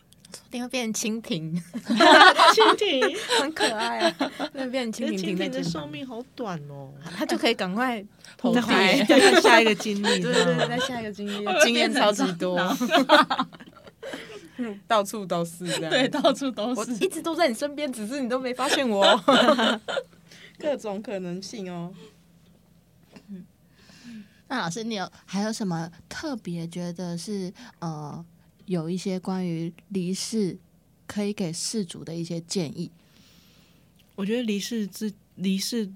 [SPEAKER 3] 一定会变蜻蜓，
[SPEAKER 1] 蜻蜓，
[SPEAKER 3] 很可爱啊！那变
[SPEAKER 1] 可
[SPEAKER 3] 蜻
[SPEAKER 1] 是
[SPEAKER 3] 蜓
[SPEAKER 1] 哎蜻
[SPEAKER 3] 停在
[SPEAKER 1] 蜓的
[SPEAKER 3] 肩
[SPEAKER 1] 寿
[SPEAKER 3] 膀，啊
[SPEAKER 1] 命好短哦，
[SPEAKER 3] 它就可以赶快投
[SPEAKER 1] 再
[SPEAKER 3] 胎 [laughs]
[SPEAKER 1] 回。再看下一个经历，嗯
[SPEAKER 3] 对对对，在下一个经验 [laughs] 经验超级多，嗯 [laughs] 到处都是这样。
[SPEAKER 2] 对，，到处都
[SPEAKER 3] 我
[SPEAKER 2] 是。
[SPEAKER 3] 一直都在你身边，只是你都没发现我。 [laughs] 各种可能性哦。
[SPEAKER 2] 那老师，你有还有什么特别觉得是呃，有一些关于离世可以给事主的一些建议？
[SPEAKER 1] 我觉得离世之离世，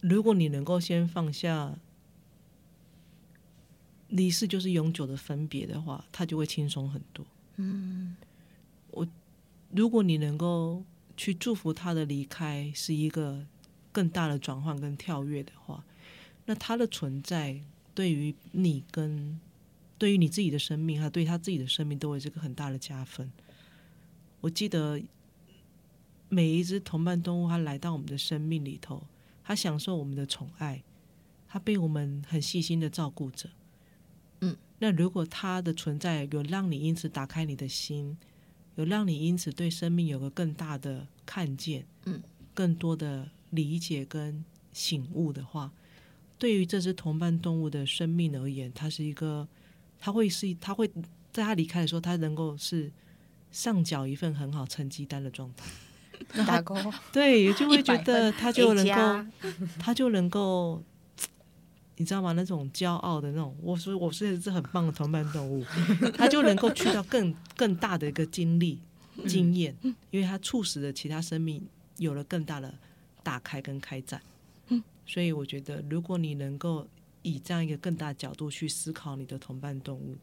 [SPEAKER 1] 如果你能够先放下离世就是永久的分别的话，他就会轻松很多。
[SPEAKER 2] 嗯
[SPEAKER 1] 如果你能够去祝福他的离开是一个更大的转换跟跳跃的话，那他的存在对于你跟对于你自己的生命，还有对他自己的生命，都会是个很大的加分。我记得每一只同伴动物，它来到我们的生命里头，它享受我们的宠爱，它被我们很细心的照顾着。
[SPEAKER 2] 嗯，
[SPEAKER 1] 那如果它的存在有让你因此打开你的心，有让你因此对生命有个更大的看见，
[SPEAKER 2] 嗯，
[SPEAKER 1] 更多的理解跟醒悟的话，对于这只同伴动物的生命而言，它是一个，它会是，它会在它离开的时候，它能够是上缴一份很好成绩单的状态。
[SPEAKER 3] 打勾，
[SPEAKER 1] 对，也就会觉得他就能
[SPEAKER 3] A 加
[SPEAKER 1] 够，他就能够，你知道吗？那种骄傲的那种，我说我是一只很棒的同伴动物，他就能够去到更更大的一个经历经验，因为他促使了其他生命有了更大的打开跟开展。所以我觉得，如果你能够以这样一个更大的角度去思考你的同伴动物，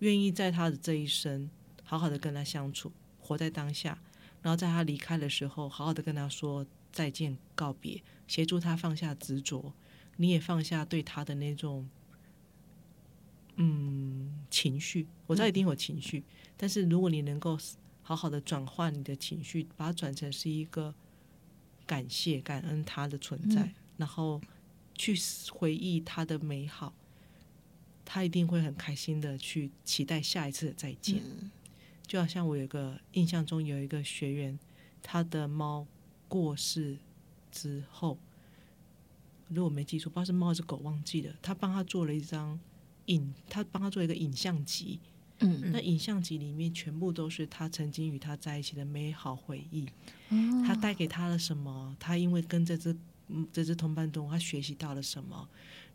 [SPEAKER 1] 愿意在他的这一生好好的跟他相处，活在当下，然后在他离开的时候，好好的跟他说再见、告别，协助他放下执着，你也放下对他的那种嗯情绪。我知道一定有情绪，但是如果你能够好好的转换你的情绪，把它转成是一个感谢、感恩他的存在，然后去回忆他的美好。他一定会很开心的去期待下一次的再见。就好像我有一个印象中有一个学员，他的猫过世之后，如果没记错，不知道是猫还是狗，忘记了。他帮他做了一张影，他帮他做一个影像集。
[SPEAKER 2] 嗯，
[SPEAKER 1] 那影像集里面全部都是他曾经与他在一起的美好回忆，
[SPEAKER 2] 哦
[SPEAKER 1] 他带给他了什么？他因为跟这只嗯这只同伴动物，他学习到了什么？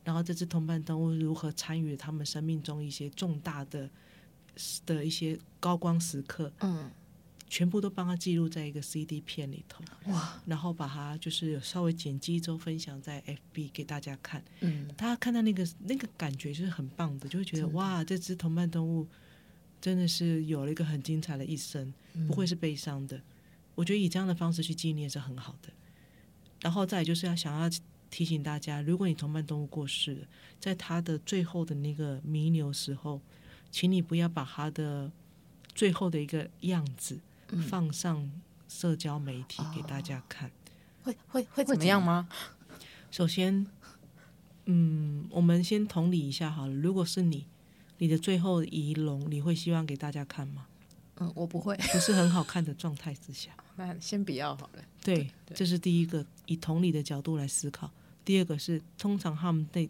[SPEAKER 1] 然后这只同伴动物如何参与他们生命中一些重大的的一些高光时刻，
[SPEAKER 2] 嗯，
[SPEAKER 1] 全部都帮他记录在一个 CD 片里头，
[SPEAKER 2] 哇，
[SPEAKER 1] 然后把它就是稍微剪辑之后分享在 FB 给大家看。
[SPEAKER 2] 嗯，
[SPEAKER 1] 大家看到那个那个感觉就是很棒的，就会觉得
[SPEAKER 2] 真的
[SPEAKER 1] 哇，这只同伴动物真的是有了一个很精彩的一生，
[SPEAKER 2] 嗯
[SPEAKER 1] 不会是悲伤的。我觉得以这样的方式去纪念是很好的。然后再来就是要想要提醒大家，如果你同伴动物过世了，在它的最后的那个弥留时候，请你不要把它的最后的一个样子
[SPEAKER 2] 嗯
[SPEAKER 1] 放上社交媒体给大家看。
[SPEAKER 3] 会会会
[SPEAKER 2] 怎
[SPEAKER 3] 怎
[SPEAKER 2] 么
[SPEAKER 3] 么
[SPEAKER 2] 样
[SPEAKER 3] 样吗？
[SPEAKER 1] 首先，嗯，我们先同理一下好了。如果是你，你的最后仪容，你会希望给大家看吗？
[SPEAKER 2] 嗯，我不会，
[SPEAKER 1] 不是很好看的状态之下，
[SPEAKER 3] 那先不要好了。
[SPEAKER 1] 对，这是第一个，以同理的角度来思考。第二个是，通常他们在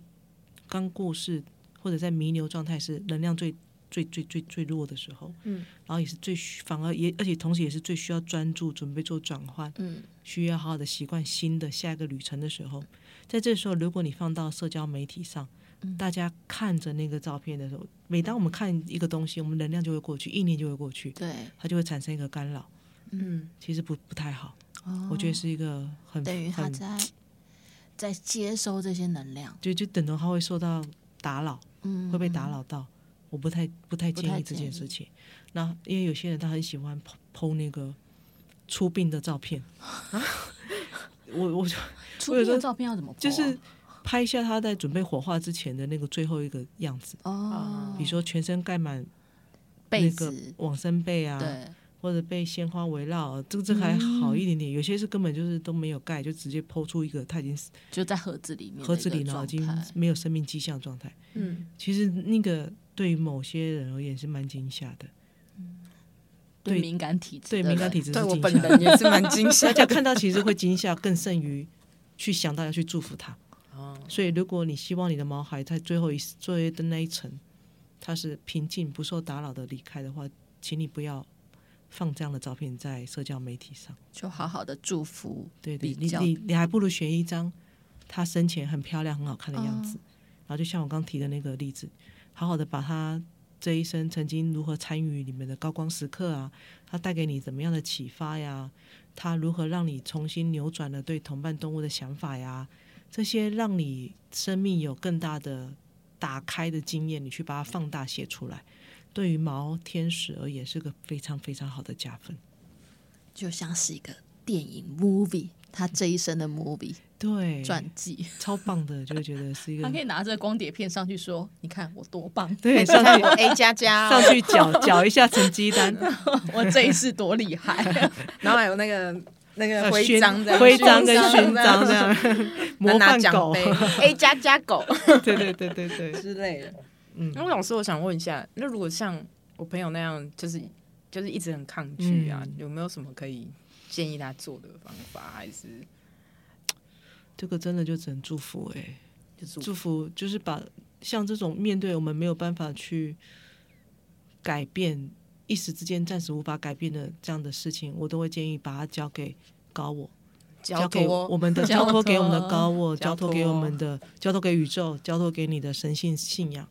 [SPEAKER 1] 刚过世或者在弥留状态是能量最最最最最弱的时候，
[SPEAKER 3] 嗯，
[SPEAKER 1] 然后也是最需反而也而且同时也是最需要专注，准备做转换，
[SPEAKER 2] 嗯
[SPEAKER 1] 需要好好的习惯新的下一个旅程的时候，在这时候，如果你放到社交媒体上，大家看着那个照片的时候，每当我们看一个东西，我们能量就会过去，意念就会过去，
[SPEAKER 2] 对，
[SPEAKER 1] 它就会产生一个干扰，
[SPEAKER 3] 嗯，
[SPEAKER 1] 其实不不太好。
[SPEAKER 2] 哦
[SPEAKER 1] 我觉得是一个很
[SPEAKER 2] 等于他
[SPEAKER 1] 很
[SPEAKER 2] 在在接收这些能量，
[SPEAKER 1] 就就等同他会受到打扰，
[SPEAKER 2] 嗯，
[SPEAKER 1] 会被打扰到。我不太不太
[SPEAKER 2] 不
[SPEAKER 1] 建
[SPEAKER 2] 太
[SPEAKER 1] 议这
[SPEAKER 2] 建
[SPEAKER 1] 件
[SPEAKER 2] 议
[SPEAKER 1] 事情。那因为有些人他很喜欢剖剖那个出殡的照
[SPEAKER 2] [laughs]
[SPEAKER 1] 片，啊我我
[SPEAKER 2] 出
[SPEAKER 1] 我有
[SPEAKER 2] 殡
[SPEAKER 1] 时候
[SPEAKER 2] 的照片要怎么 po 啊？
[SPEAKER 1] 就是拍一下他在准备火化之前的那个最后一个样子，
[SPEAKER 2] 哦，
[SPEAKER 1] 啊比如说全身盖满
[SPEAKER 2] 被
[SPEAKER 1] 那个
[SPEAKER 2] 子，
[SPEAKER 1] 往生被啊，
[SPEAKER 2] 对，嗯
[SPEAKER 1] 或者被鲜花围绕，啊这个这个还好一点点。有些是根本就是都没有盖，就直接剖出一个他已经死
[SPEAKER 2] 就在盒子里面的一个
[SPEAKER 1] 盒子里，然后
[SPEAKER 2] 状
[SPEAKER 1] 已经
[SPEAKER 2] 态，
[SPEAKER 1] 没有生命迹象的状态。
[SPEAKER 3] 嗯，
[SPEAKER 1] 其实那个对于某些人而言是蛮惊吓的， [laughs]
[SPEAKER 2] 对
[SPEAKER 1] 对
[SPEAKER 2] 敏感体质的
[SPEAKER 1] 对
[SPEAKER 2] 人，
[SPEAKER 1] 敏感体质
[SPEAKER 3] 对
[SPEAKER 1] 是
[SPEAKER 3] 我
[SPEAKER 1] 惊
[SPEAKER 3] 本
[SPEAKER 1] 吓的。
[SPEAKER 3] 人嗯也是 [laughs] 蛮惊喜
[SPEAKER 1] 大家看到其实会惊吓，更胜于去想到要去祝福他。
[SPEAKER 3] 哦，
[SPEAKER 1] 所以，如果你希望你的毛孩在最后一最后的那一层，它是平静不受打扰的离开的话，请你不要放这样的照片在社交媒体上。
[SPEAKER 2] [laughs] 就好好的祝福，
[SPEAKER 1] 对对，
[SPEAKER 2] 比
[SPEAKER 1] 你
[SPEAKER 2] 较
[SPEAKER 1] 你你还不如选一张他生前很漂亮、很好看的样
[SPEAKER 2] 嗯
[SPEAKER 1] 子，然后就像我刚提的那个例子，好好的把他这一生曾经如何参与你们的高光时刻啊，他带给你怎么样的启发呀，他如何让你重新扭转了对同伴动物的想法呀，这些让你生命有更大的打开的经验，你去把它放大写出来。对于毛天使而言，是个非常非常好的加分。
[SPEAKER 2] 就像是一个电影 movie，他这一生的 movie
[SPEAKER 1] 对，
[SPEAKER 2] 传记，
[SPEAKER 1] 超棒的，就会觉得
[SPEAKER 2] [laughs]
[SPEAKER 1] 是一个
[SPEAKER 2] 他可以拿着光碟片上去说：“你看我多 [laughs] 棒，
[SPEAKER 1] 对，上去
[SPEAKER 3] 我 A 加加
[SPEAKER 1] 上
[SPEAKER 3] 哦，
[SPEAKER 1] 去缴缴一下成绩单，
[SPEAKER 2] 我这一世多厉 [laughs] 害。
[SPEAKER 3] 然后还有那个那个徽
[SPEAKER 1] 勋
[SPEAKER 3] 章这样，
[SPEAKER 1] 呃徽章跟勋
[SPEAKER 3] 勋
[SPEAKER 1] 章这，样， [laughs] 模
[SPEAKER 3] 拿
[SPEAKER 1] 范
[SPEAKER 3] 奖
[SPEAKER 1] 狗， [laughs]
[SPEAKER 3] 杯 A 加加狗
[SPEAKER 1] 对对对对对，
[SPEAKER 3] 之类的。
[SPEAKER 1] 嗯
[SPEAKER 3] 那老师，我想问一下，那如果像我朋友那样，就是就是一直很抗拒啊，
[SPEAKER 1] 嗯
[SPEAKER 3] 有没有什么可以建议他做的方法，还是
[SPEAKER 1] 这个真的就只能祝福哎、
[SPEAKER 3] 就是
[SPEAKER 1] 祝福就是把像这种面对我们没有办法去改变，一时之间暂时无法改变的这样的事情，我都会建议把它交给高我。交给我们的
[SPEAKER 2] 交
[SPEAKER 1] 交
[SPEAKER 2] 托
[SPEAKER 1] 托给我们的高我，
[SPEAKER 3] 交
[SPEAKER 1] 交
[SPEAKER 3] 托
[SPEAKER 1] 托给我们的交托给宇宙，交托给你的神性信仰，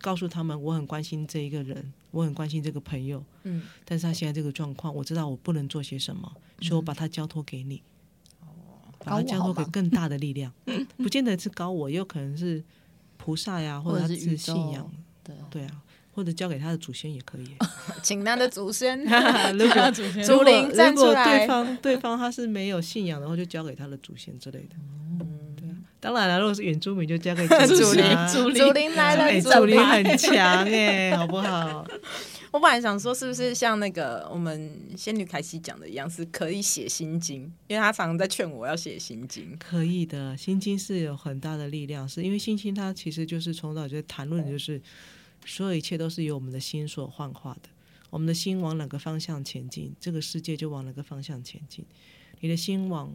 [SPEAKER 1] 告诉他们我很关心这一个人，我很关心这个朋友，
[SPEAKER 3] 嗯，
[SPEAKER 1] 但是他现在这个状况，我知道我不能做些什么，所以我把它交托给你，把
[SPEAKER 2] 嗯哦高
[SPEAKER 1] 它
[SPEAKER 2] 我
[SPEAKER 1] 交
[SPEAKER 2] 好
[SPEAKER 1] 托给
[SPEAKER 2] 忙
[SPEAKER 1] 更大的力
[SPEAKER 2] [laughs]
[SPEAKER 1] 量，不见得是高我，也有可能是菩萨呀，
[SPEAKER 2] 或
[SPEAKER 1] 者
[SPEAKER 2] 者
[SPEAKER 1] 他
[SPEAKER 2] 是
[SPEAKER 1] 自己
[SPEAKER 2] 宇宙
[SPEAKER 1] 信仰，”
[SPEAKER 2] 对，
[SPEAKER 1] 对啊，或者交给他的祖先也可
[SPEAKER 2] [laughs]
[SPEAKER 1] 以。
[SPEAKER 3] 请他的祖先
[SPEAKER 1] [laughs] 如果
[SPEAKER 2] 祖先
[SPEAKER 3] 竹林站
[SPEAKER 1] 如果
[SPEAKER 3] 出
[SPEAKER 1] 对
[SPEAKER 3] 来，
[SPEAKER 1] 方对方他是没有信仰的话，就交给他的祖先之类的。对啊，当然了，如果是原住民，就交
[SPEAKER 2] [laughs]
[SPEAKER 1] 给
[SPEAKER 3] 祖
[SPEAKER 1] 林
[SPEAKER 3] 灵
[SPEAKER 1] 啊。
[SPEAKER 2] 嗯祖
[SPEAKER 3] 祖灵来
[SPEAKER 1] 哎，
[SPEAKER 3] 了，
[SPEAKER 1] 祖灵
[SPEAKER 3] 来
[SPEAKER 1] 很强哎、好不好？
[SPEAKER 3] 我本来想说，是不是像那个我们仙女凯西讲的一样，是可以写心经，因为她常常在劝我要写心经。
[SPEAKER 1] 可以的，《心经》是有很大的力量，是因为《心经》它其实就是从早就谈论，就是所有一切都是由我们的心所幻化的。我们的心往哪个方向前进，这个世界就往哪个方向前进。你的心往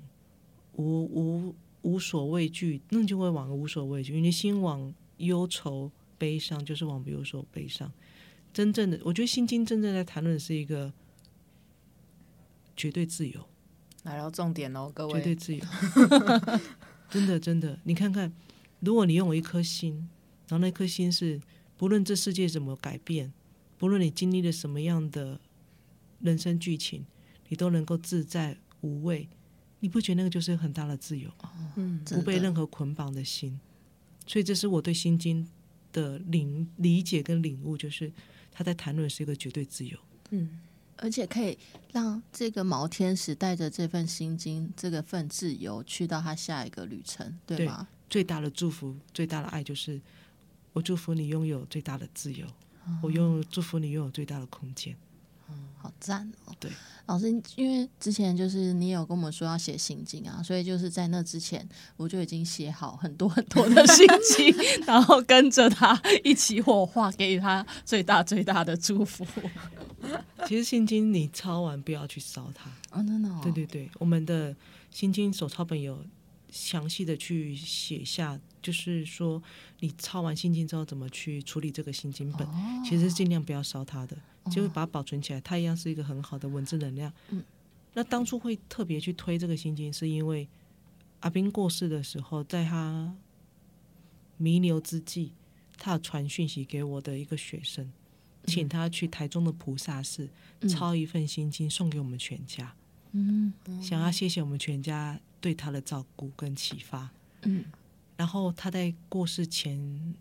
[SPEAKER 1] 无无无所畏惧，那你就会往无所畏惧。你的心往忧愁、悲伤，就是往有所悲伤。真正的，我觉得《心经》真正在谈论的是一个绝对自由，
[SPEAKER 3] 来到重点喽，各
[SPEAKER 1] 绝对
[SPEAKER 3] 位，
[SPEAKER 1] 自由。 [laughs] 真的，真的，你看看，如果你拥有一颗心，然后那颗心是不论这世界怎么改变，不论你经历了什么样的人生剧情，你都能够自在无畏，你不觉得那个就是很大的自由，
[SPEAKER 3] 嗯，
[SPEAKER 2] 真
[SPEAKER 1] 不
[SPEAKER 2] 的
[SPEAKER 1] 被任何捆绑的心？所以，这是我对《心经》的领理解跟领悟，就是他在谈论是一个绝对自由。
[SPEAKER 3] 嗯，
[SPEAKER 2] 而且可以让这个毛天使带着这份心经、这个份自由，去到他下一个旅程，对
[SPEAKER 1] 对
[SPEAKER 2] 吗？
[SPEAKER 1] 最大的祝福、最大的爱就是，我祝福你拥有最大的自由，我拥有祝福你拥有最大的空间。
[SPEAKER 2] 好赞哦！
[SPEAKER 1] 对，
[SPEAKER 2] 老师，因为之前就是你有跟我们说要写心经啊，所以就是在那之前，我就已经写好很多很多的心 [laughs] 经，然后跟着他一起火化，给予他最大最大的祝福。
[SPEAKER 1] 其实《心经》你抄完不要去烧它，
[SPEAKER 2] 啊，真的、哦，
[SPEAKER 1] 对对对，我们的《心经》手抄本有详细的去写下，就是说你抄完《心经》之后怎么去处理这个《心经》本，
[SPEAKER 2] 哦
[SPEAKER 1] 其实尽量不要烧它的，就是把它保存起来，它一样是一个很好的文字能量。
[SPEAKER 2] 嗯
[SPEAKER 1] 那当初会特别去推这个《心经》，是因为阿斌过世的时候，在他弥留之际，他有传讯息给我的一个学生，请他去台中的菩萨寺、
[SPEAKER 2] 嗯
[SPEAKER 1] 抄一份《心经》送给我们全家。
[SPEAKER 2] 嗯
[SPEAKER 1] 想要谢谢我们全家对他的照顾跟启发。
[SPEAKER 2] 嗯
[SPEAKER 1] 然后他在过世前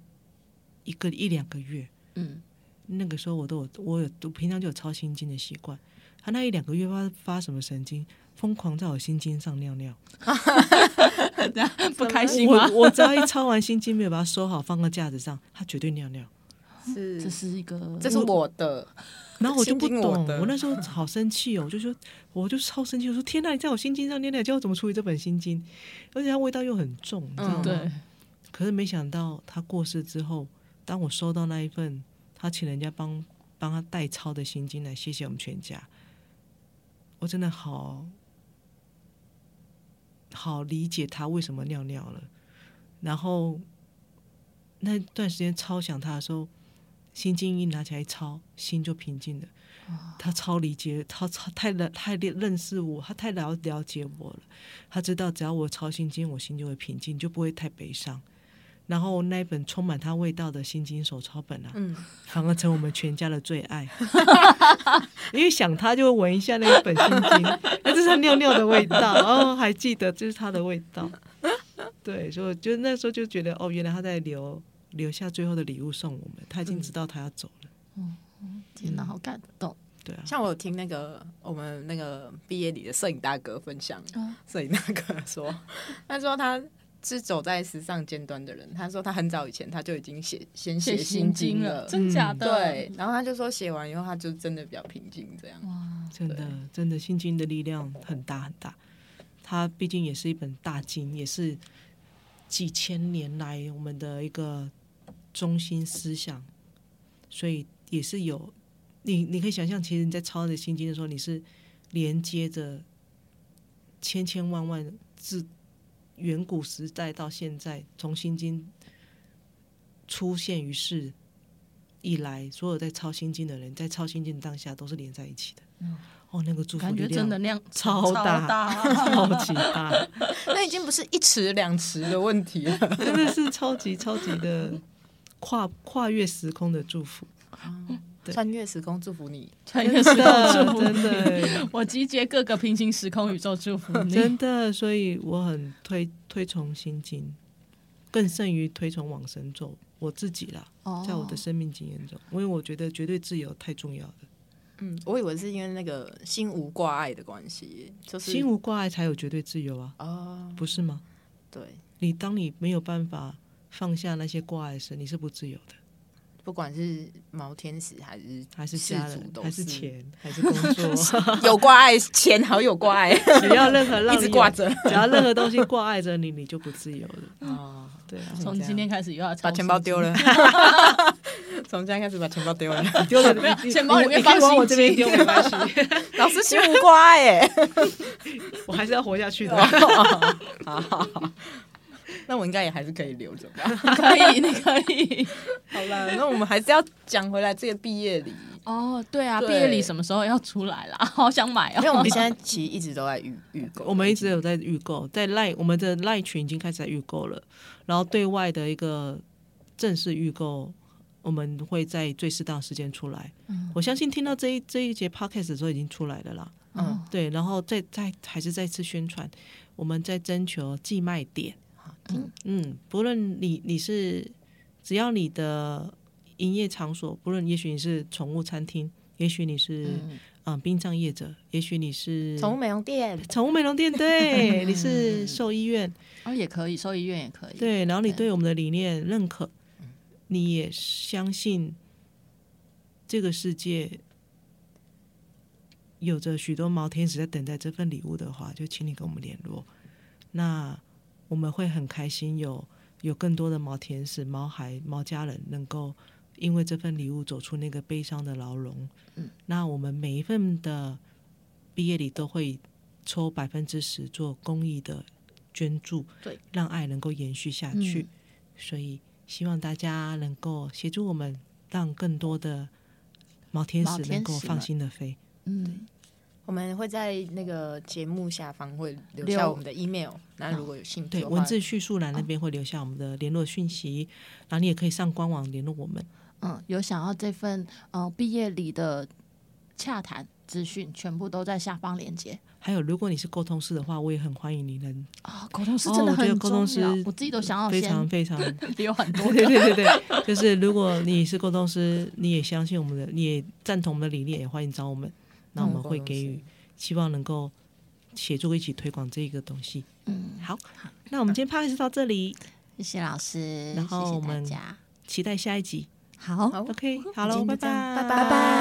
[SPEAKER 1] 一个一两个月，
[SPEAKER 2] 嗯，
[SPEAKER 1] 那个时候我都有我有我平常就有抄心经的习惯。他那一两个月发发什么神经，疯狂在我心经上尿尿。
[SPEAKER 2] [laughs] 不开心吗
[SPEAKER 1] 我？我只要一抄完心经，没有把它收好放到架子上，他绝对尿尿。
[SPEAKER 2] [laughs] 这
[SPEAKER 3] 是
[SPEAKER 2] 是一个，
[SPEAKER 3] 这是我的，
[SPEAKER 1] 然后我就不
[SPEAKER 3] 心经我
[SPEAKER 1] 懂，
[SPEAKER 3] 的
[SPEAKER 1] 我那时候好生气哦，我就说，我就超生气，我说天呐，你在我心经上尿尿，教我怎么处理这本心经？而且它味道又很重，你知道吗？
[SPEAKER 3] 嗯
[SPEAKER 2] 对，
[SPEAKER 1] 可是没想到他过世之后，当我收到那一份他请人家帮帮他代抄的心经来谢谢我们全家，我真的好好理解他为什么尿尿了。然后那段时间超想他的时候，心经一拿起来抄，心就平静了。他超理解，他超太了太认识我，他太了了解我了。他知道只要我抄心经，我心就会平静，就不会太悲伤。然后那一本充满他味道的心经手抄本啊，
[SPEAKER 3] 嗯，
[SPEAKER 1] 反而成我们全家的最爱。 [laughs] 因为想他就会闻一下那一本心经， [laughs] 那这是他尿尿的味道，哦，还记得这是他的味道。 [laughs] 对，所以我就那时候就觉得，哦，原来他在留留下最后的礼物送我们，他已经知道他要走了。
[SPEAKER 2] 天哪，好感动。
[SPEAKER 1] 对啊，
[SPEAKER 3] 像我有听那个我们那个毕业礼的摄影大哥分享
[SPEAKER 2] 嗯，
[SPEAKER 3] 摄影大哥说， [laughs] 他说他是走在时尚尖端的人，他说他很早以前他就已经写先写心经了，
[SPEAKER 2] 真假的？
[SPEAKER 3] 对，，然后他就说写完以后他就真的比较平静这样，
[SPEAKER 2] 嗯
[SPEAKER 1] 真的，真的，心经的力量很大很大。它毕竟也是一本大经，也是几千年来我们的一个中心思想，所以也是有你，你可以想象，其实你在抄着心经的时候，你是连接着千千万万自远古时代到现在，从心经出现于世以来，所有在抄心经的人，在抄心经的当下都是连在一起的。哦，那个祝福
[SPEAKER 2] 感
[SPEAKER 1] 力
[SPEAKER 2] 觉
[SPEAKER 1] 量
[SPEAKER 2] 正能量
[SPEAKER 1] 超
[SPEAKER 2] 大， [laughs]
[SPEAKER 1] 超级大，
[SPEAKER 3] 那已经不是一尺两尺的问题了， [laughs]
[SPEAKER 1] [laughs] 真的是超级超级的跨跨越时空的祝福，对
[SPEAKER 3] 穿越时空祝福你，
[SPEAKER 2] 穿越时空祝福
[SPEAKER 1] 真
[SPEAKER 2] 你，
[SPEAKER 1] 的
[SPEAKER 2] [laughs] 我集结各个平行时空宇宙祝福你。
[SPEAKER 1] 真的，所以我很推推崇心经，更胜于推崇往生咒。我自己啦，
[SPEAKER 2] 哦
[SPEAKER 1] 在我的生命经验中，因为我觉得绝对自由太重要了，
[SPEAKER 3] 嗯，我以为是因为那个心无挂碍的关系，就是
[SPEAKER 1] 心无挂碍才有绝对自由啊，
[SPEAKER 3] 哦，
[SPEAKER 1] 不是吗？
[SPEAKER 3] 对，
[SPEAKER 1] 你当你没有办法放下那些挂碍时，你是不自由的，
[SPEAKER 3] 不管是毛天使还是
[SPEAKER 1] 还是
[SPEAKER 3] 世
[SPEAKER 1] 家
[SPEAKER 3] 俗
[SPEAKER 1] 人，
[SPEAKER 3] 都
[SPEAKER 1] 还
[SPEAKER 3] 是
[SPEAKER 1] 是
[SPEAKER 3] [laughs]
[SPEAKER 1] 钱，还是工作，
[SPEAKER 3] 有挂碍，钱好有挂 [laughs] 碍，
[SPEAKER 1] 只要任何让
[SPEAKER 3] 一
[SPEAKER 1] 你
[SPEAKER 3] 直
[SPEAKER 1] 有
[SPEAKER 3] 挂着。
[SPEAKER 1] 只要任何东西挂碍着你，你就不自由了。
[SPEAKER 3] 哦，
[SPEAKER 1] 对啊，
[SPEAKER 2] 从今天开始又要抄
[SPEAKER 3] 把钱包
[SPEAKER 2] 心经
[SPEAKER 3] 丢，了， [laughs] 从现在开始把钱包丢了。
[SPEAKER 1] 你丢
[SPEAKER 2] [laughs]
[SPEAKER 1] 了没有？
[SPEAKER 2] 钱包里面
[SPEAKER 1] 你可以
[SPEAKER 2] 放
[SPEAKER 1] 往我这
[SPEAKER 2] 心
[SPEAKER 1] 边
[SPEAKER 2] 机
[SPEAKER 1] 丢没关系。
[SPEAKER 3] 老师心无挂碍，
[SPEAKER 1] [laughs] 我还是要活下去的。
[SPEAKER 3] 好好好， [laughs] 那我应该也还是可以留着吧。
[SPEAKER 2] [laughs] 可以，你可以。
[SPEAKER 3] 好啦，那我们还是要讲回来这个毕业礼。
[SPEAKER 2] [laughs] 哦，对啊，毕
[SPEAKER 3] 对
[SPEAKER 2] 业礼什么时候要出来啦？ [laughs] 好想买
[SPEAKER 3] 因为
[SPEAKER 2] 哦。
[SPEAKER 3] 我们现在其实一直都在预预购，
[SPEAKER 1] [laughs] 我们一直有在预购，在赖我们的赖群已经开始在预购了，然后对外的一个正式预购，我们会在最适当时间出来。我相信听到这一这一节 podcast 的时候已经出来了啦。
[SPEAKER 3] 嗯
[SPEAKER 1] 对，然后再再还是再次宣传，我们在征求寄卖点。嗯，不论你你是只要你的营业场所，不论也许你是宠物餐厅，也许你是嗯、呃殡葬业者，也许你是
[SPEAKER 3] 宠物美嗯容店，
[SPEAKER 1] 宠物美容店，对，你是兽医院，
[SPEAKER 2] 哦，也可以，兽医院也可以。，
[SPEAKER 1] 对，然后你对我们的理念认可，你也相信这个世界有着许多毛天使在等待这份礼物的话，就请你跟我们联络。那我们会很开心有有更多的毛天使、毛孩、毛家人能够因为这份礼物走出那个悲伤的牢笼。嗯，那我们每一份的毕业礼都会抽百分之十做公益的捐助，
[SPEAKER 2] 对，嗯
[SPEAKER 1] 让爱能够延续下去。所以希望大家能够协助我们，让更多的毛天
[SPEAKER 2] 毛
[SPEAKER 1] 使
[SPEAKER 2] 天使
[SPEAKER 1] 能够放
[SPEAKER 2] 们
[SPEAKER 1] 心的飞。
[SPEAKER 2] 嗯，
[SPEAKER 3] 我们会在那个节目下方会留
[SPEAKER 2] 留
[SPEAKER 3] 下我们的 email，那如果有兴趣
[SPEAKER 1] 对，
[SPEAKER 3] 的话，
[SPEAKER 1] 文字叙述栏那边会留下我们的联络讯息，然后你也可以上官网联络我们。
[SPEAKER 2] 嗯，有想要这份呃毕业礼的洽谈资讯，全部都在下方链接。
[SPEAKER 1] 还有，如果你是沟通师的话，我也很欢迎你能
[SPEAKER 2] 啊、沟通师
[SPEAKER 1] 哦
[SPEAKER 2] 真的
[SPEAKER 1] 我觉得
[SPEAKER 2] 很
[SPEAKER 1] 沟
[SPEAKER 2] 重
[SPEAKER 1] 通师
[SPEAKER 2] 要，我自己都想
[SPEAKER 3] 哦
[SPEAKER 2] 要
[SPEAKER 1] 非
[SPEAKER 2] 先 [laughs]
[SPEAKER 1] 常非常， [laughs]
[SPEAKER 2] 有很多
[SPEAKER 1] 对对对对对，就是如果你是沟通师，你也相信我们的，你也赞同我们的理念，也欢迎找我
[SPEAKER 3] 嗯
[SPEAKER 1] 们，那我们会给予，希望能够协助一起推广这个东西。嗯，好，那我们今天 p o d 到这里，
[SPEAKER 2] 谢谢老师，
[SPEAKER 1] 然后
[SPEAKER 2] 谢
[SPEAKER 1] 我
[SPEAKER 2] 谢大
[SPEAKER 1] 们
[SPEAKER 2] 家。
[SPEAKER 1] 期待下一集。
[SPEAKER 2] 好，
[SPEAKER 1] OK，好了，
[SPEAKER 3] 今
[SPEAKER 1] 拜
[SPEAKER 3] 天就这样
[SPEAKER 1] 拜，
[SPEAKER 3] 拜拜。